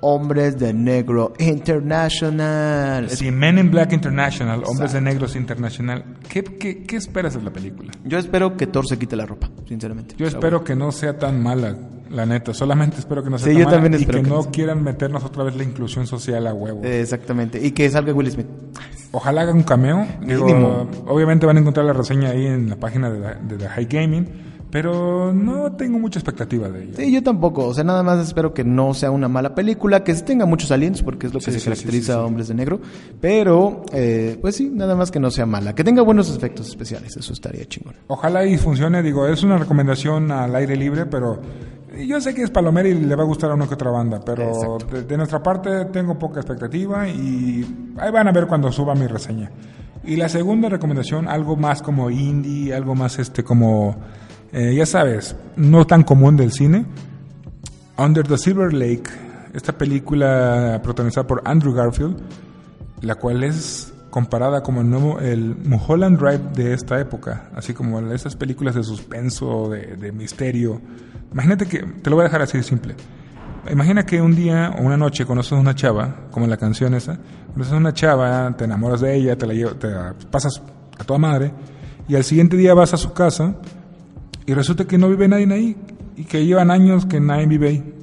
A: Hombres de Negro International.
B: Sí, Men in
A: Mm,
B: Black International, Hombres de Negros International. ¿Qué, qué, qué esperas de la película?
A: Yo espero que Thor se quite la ropa, sinceramente.
B: Yo
A: O sea,
B: espero que no sea tan mala, la neta. Solamente espero que no sea
A: Sí,
B: tan
A: yo
B: mala
A: también
B: y
A: espero
B: que,
A: que
B: no
A: no sea.
B: quieran meternos otra vez la inclusión social a huevo.
A: eh, Exactamente. Y que salga Will Smith.
B: Ojalá hagan un cameo. Digo,
A: Mínimo.
B: obviamente van a encontrar la reseña ahí en la página de, la- de The High Gaming, pero no tengo mucha expectativa de ella.
A: Sí, yo tampoco. O sea, nada más espero que no sea una mala película, que sí tenga muchos aliens, porque es lo que
B: Sí,
A: se
B: sí,
A: caracteriza
B: sí, sí, sí.
A: a Hombres de Negro. Pero, eh, pues sí, nada más que no sea mala. Que tenga buenos efectos especiales, eso estaría chingón.
B: Ojalá y funcione, digo, es una recomendación al aire libre, pero yo sé que es Palomero y le va a gustar a una que otra banda, pero
A: Exacto.
B: de, de nuestra parte tengo poca expectativa y ahí van a ver cuando suba mi reseña. Y la segunda recomendación, algo más como indie, algo más este como, eh, ya sabes, no tan común del cine, Under the Silver Lake, esta película protagonizada por Andrew Garfield, la cual es comparada como el nuevo el Mulholland Drive de esta época, así como esas películas de suspenso, de, de misterio. Imagínate que, te lo voy a dejar así de simple. Imagina que un día o una noche conoces a una chava, como en la canción esa, conoces a una chava, te enamoras de ella, te la llevas, te la pasas a toda madre, y al siguiente día vas a su casa y resulta que no vive nadie ahí y que llevan años que nadie vive ahí.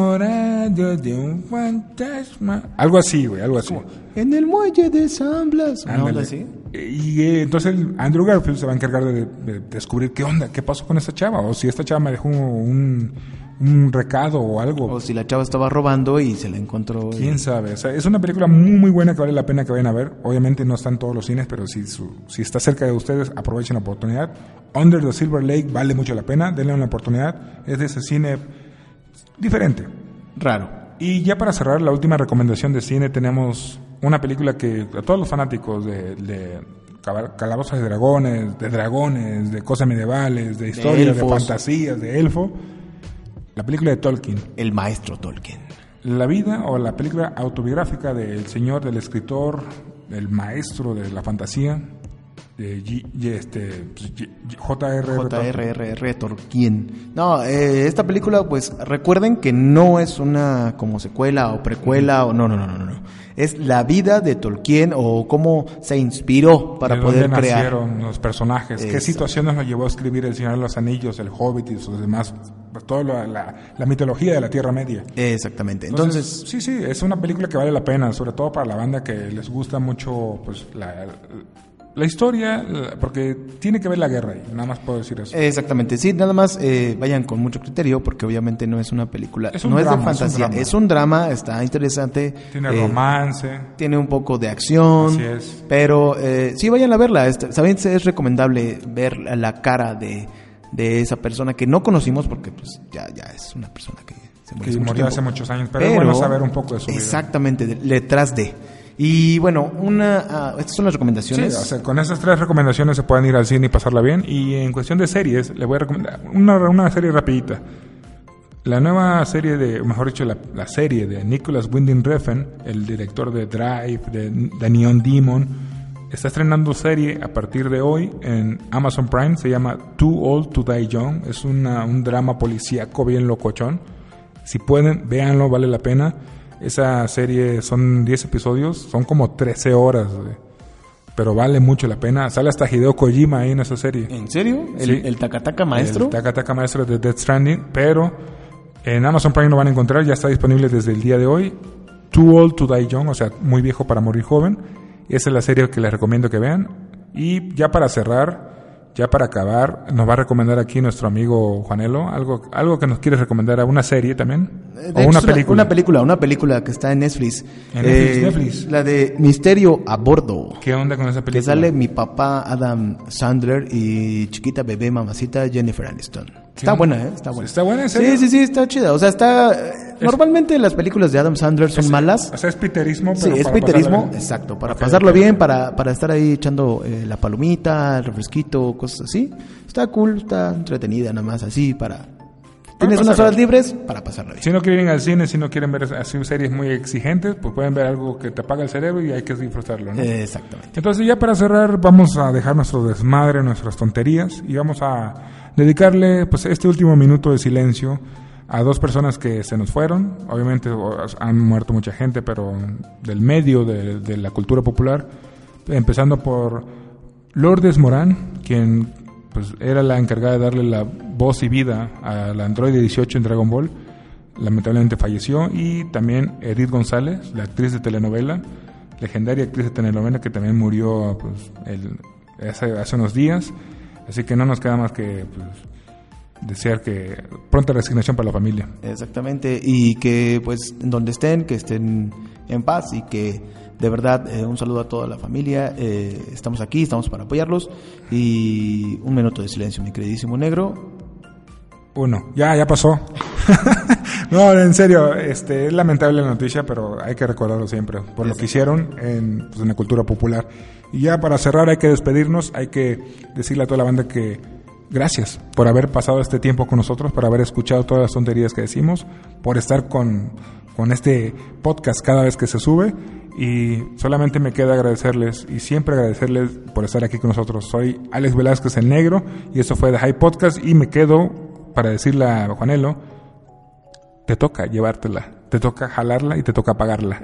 B: Enamorado de un fantasma. Algo así, güey, algo así.
A: En el muelle de San Blas. ¿Una
B: Ándale.
A: onda así?
B: Eh, Y eh, entonces el Andrew Garfield se va a encargar de, de descubrir qué onda, qué pasó con esta chava, o si esta chava me dejó un, un recado o algo.
A: O si la chava estaba robando y se la encontró. eh, y-
B: Quién sabe. O sea, es una película muy, muy buena que vale la pena que vayan a ver. Obviamente no están todos los cines, pero si, su- si está cerca de ustedes, aprovechen la oportunidad. Under the Silver Lake vale mucho la pena. Denle una oportunidad. Es de ese cine diferente.
A: Raro.
B: Y ya para cerrar, la última recomendación de cine tenemos una película que a todos los fanáticos de, de caba- calabozas de dragones, de dragones, de cosas medievales, de historias, de,
A: elfos.
B: fantasías, de elfo, la película de Tolkien,
A: El maestro Tolkien.
B: la vida o la película autobiográfica del señor, del escritor, del maestro de la fantasía, de G- y este, pues, G- G- J.R.R. Tolkien.
A: J.R.R. Tolkien. No, eh, esta película, pues recuerden que no es una como secuela o precuela o no, no, no, no, no. Es la vida de Tolkien o cómo se inspiró para
B: ¿De
A: poder
B: dónde
A: crear.
B: nacieron los personajes? ¿Qué
A: Exacto.
B: situaciones nos llevó a escribir El Señor de los Anillos, El Hobbit y sus demás? Toda la, la- la mitología de la Tierra Media.
A: Exactamente. Entonces,
B: sí, sí, es una película que vale la pena, sobre todo para la banda que les gusta mucho pues, la, la historia, la- porque tiene que ver la guerra ahí, nada más puedo decir
A: Eh,
B: eso.
A: exactamente. Sí, nada más eh, vayan con mucho criterio porque obviamente no es una película,
B: Es un
A: no
B: drama,
A: es
B: es
A: de
B: un
A: fantasía,
B: drama.
A: es un drama, está interesante.
B: tiene
A: eh,
B: romance.
A: tiene un poco de acción.
B: Así es.
A: Pero eh, sí, vayan a verla. Este, Saben, es recomendable ver la- la cara de, de esa persona que no conocimos porque pues ya, ya es una persona que se murió,
B: Que
A: hace mucho
B: murió hace
A: tiempo.
B: muchos años, pero es bueno saber un poco de su vida.
A: Exactamente, de- detrás de. Y bueno, una, ah, estas son las
B: Sí, o
A: recomendaciones.
B: sea, con esas tres recomendaciones se pueden ir al cine y pasarla bien. Y en cuestión de series, le voy a recomendar una, una serie rapidita. La nueva serie de, o mejor dicho, la, la serie de Nicholas Winding Refn, el director de Drive, de, de Neon Demon, está estrenando serie a partir de hoy en Amazon Prime. Se llama Too Old to Die Young. Es una- un drama policíaco bien locochón. Si pueden, véanlo, vale la pena. Esa serie son 10 episodios, son como 13 horas. güey. Pero vale mucho la pena. Sale hasta Hideo Kojima ahí en esa serie.
A: ¿En serio? ¿El,
B: Sí.
A: el Takataka maestro?
B: El Taka Taka Maestro de Death Stranding. Pero en Amazon Prime lo van a encontrar. Ya está disponible desde el día de hoy. Too Old to Die Young. O sea, muy viejo para morir joven. Esa es la serie que les recomiendo que vean. Y ya para cerrar, ya para acabar, nos va a recomendar aquí nuestro amigo Juanelo. Algo, algo que nos quiere recomendar. ¿Una serie también?
A: Eh, de
B: ¿O
A: hecho,
B: una
A: es
B: película?
A: Una película, una película que está en Netflix. Eh,
B: En Netflix, Netflix.
A: La de Misterio a Bordo.
B: ¿Qué onda con esa película?
A: Que sale mi papá Adam Sandler y chiquita bebé mamacita Jennifer Aniston. Está
B: Sí.
A: buena, ¿eh? Está buena.
B: ¿Está buena, en serio?
A: Sí, sí, sí, está chida. O sea, está... eh, Normalmente las películas de Adam Sandler son malas.
B: O sea, es piterismo.
A: Sí,
B: pero
A: es
B: para
A: piterismo,
B: pasarla bien.
A: exacto, para
B: Ok,
A: pasarlo
B: ok.
A: bien, para, para estar ahí echando eh, la palomita, el refresquito, cosas así. Está cool, está entretenida nada más, así para... Tienes unas
B: pasarla
A: horas libres para pasarlo bien.
B: Si no quieren ir al cine, si no quieren ver así series muy exigentes, pues pueden ver algo que te apaga el cerebro y hay que disfrutarlo, ¿no?
A: Eh, Exactamente.
B: Entonces ya para cerrar vamos a dejar nuestro desmadre, nuestras tonterías y vamos a dedicarle pues este último minuto de silencio a dos personas que se nos fueron. Obviamente o- han muerto mucha gente, pero del medio de, de la cultura popular, empezando por Lourdes Morán, quien pues era la encargada de darle la voz y vida al androide 18 en Dragon Ball. Lamentablemente falleció y también Edith González, la actriz de telenovela, legendaria actriz de telenovela que también murió pues, el- hace, hace unos días. Así que no nos queda más que pues, desear que pronta resignación para la familia.
A: Exactamente, y que pues en donde estén, que estén en paz y que de verdad eh, un saludo a toda la familia, eh, estamos aquí, estamos para apoyarlos y un minuto de silencio, mi queridísimo negro.
B: Uno, ya, ya pasó. no, en serio, este, es lamentable la noticia, pero hay que recordarlo siempre, por lo que hicieron en, pues, en la cultura popular. Y ya para cerrar hay que despedirnos, hay que decirle a toda la banda que gracias por haber pasado este tiempo con nosotros, por haber escuchado todas las tonterías que decimos, por estar con, con este podcast cada vez que se sube. Y solamente me queda agradecerles y siempre agradecerles por estar aquí con nosotros. Soy Alex Velázquez el Negro y esto fue The High Podcast y me quedo para decirle a Juanelo, te toca llevártela. te toca jalarla y te toca pagarla.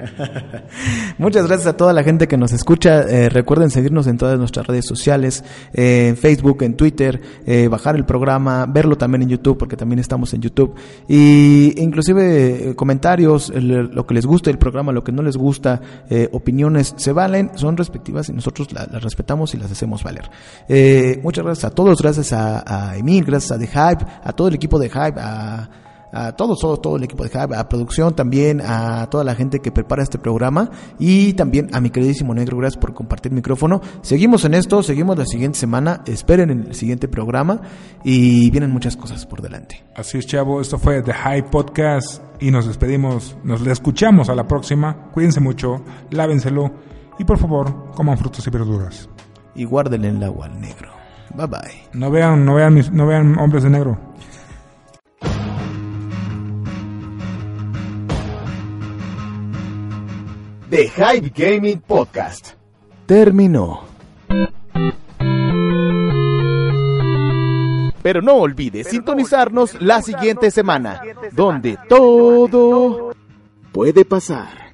A: Muchas gracias a toda la gente que nos escucha. Eh, recuerden seguirnos en todas nuestras redes sociales, eh, en Facebook, en Twitter, eh, bajar el programa, verlo también en YouTube, porque también estamos en YouTube. Y inclusive eh, comentarios, el- lo que les gusta del programa, lo que no les gusta, eh, opiniones, se valen, son respectivas y nosotros la- las respetamos y las hacemos valer. Eh, muchas gracias a todos, gracias a, a Emil, gracias a The Hype, a todo el equipo de Hype, a a todos, todo, todo el equipo de Hub, a producción también, a toda la gente que prepara este programa y también a mi queridísimo negro, gracias por compartir micrófono. Seguimos en esto, seguimos la siguiente semana, esperen el siguiente programa y vienen muchas cosas por delante.
B: Así es, chavo. Esto fue The High Podcast y nos despedimos. Nos escuchamos a la próxima. Cuídense mucho, lávenselo y por favor, coman frutas y verduras.
A: Y guarden el agua al negro. Bye bye.
B: No vean, no vean, mis- no vean hombres de negro.
D: The Hype Gaming Podcast.
A: Terminó.
D: Pero no olvides sintonizarnos la siguiente semana, donde todo puede pasar.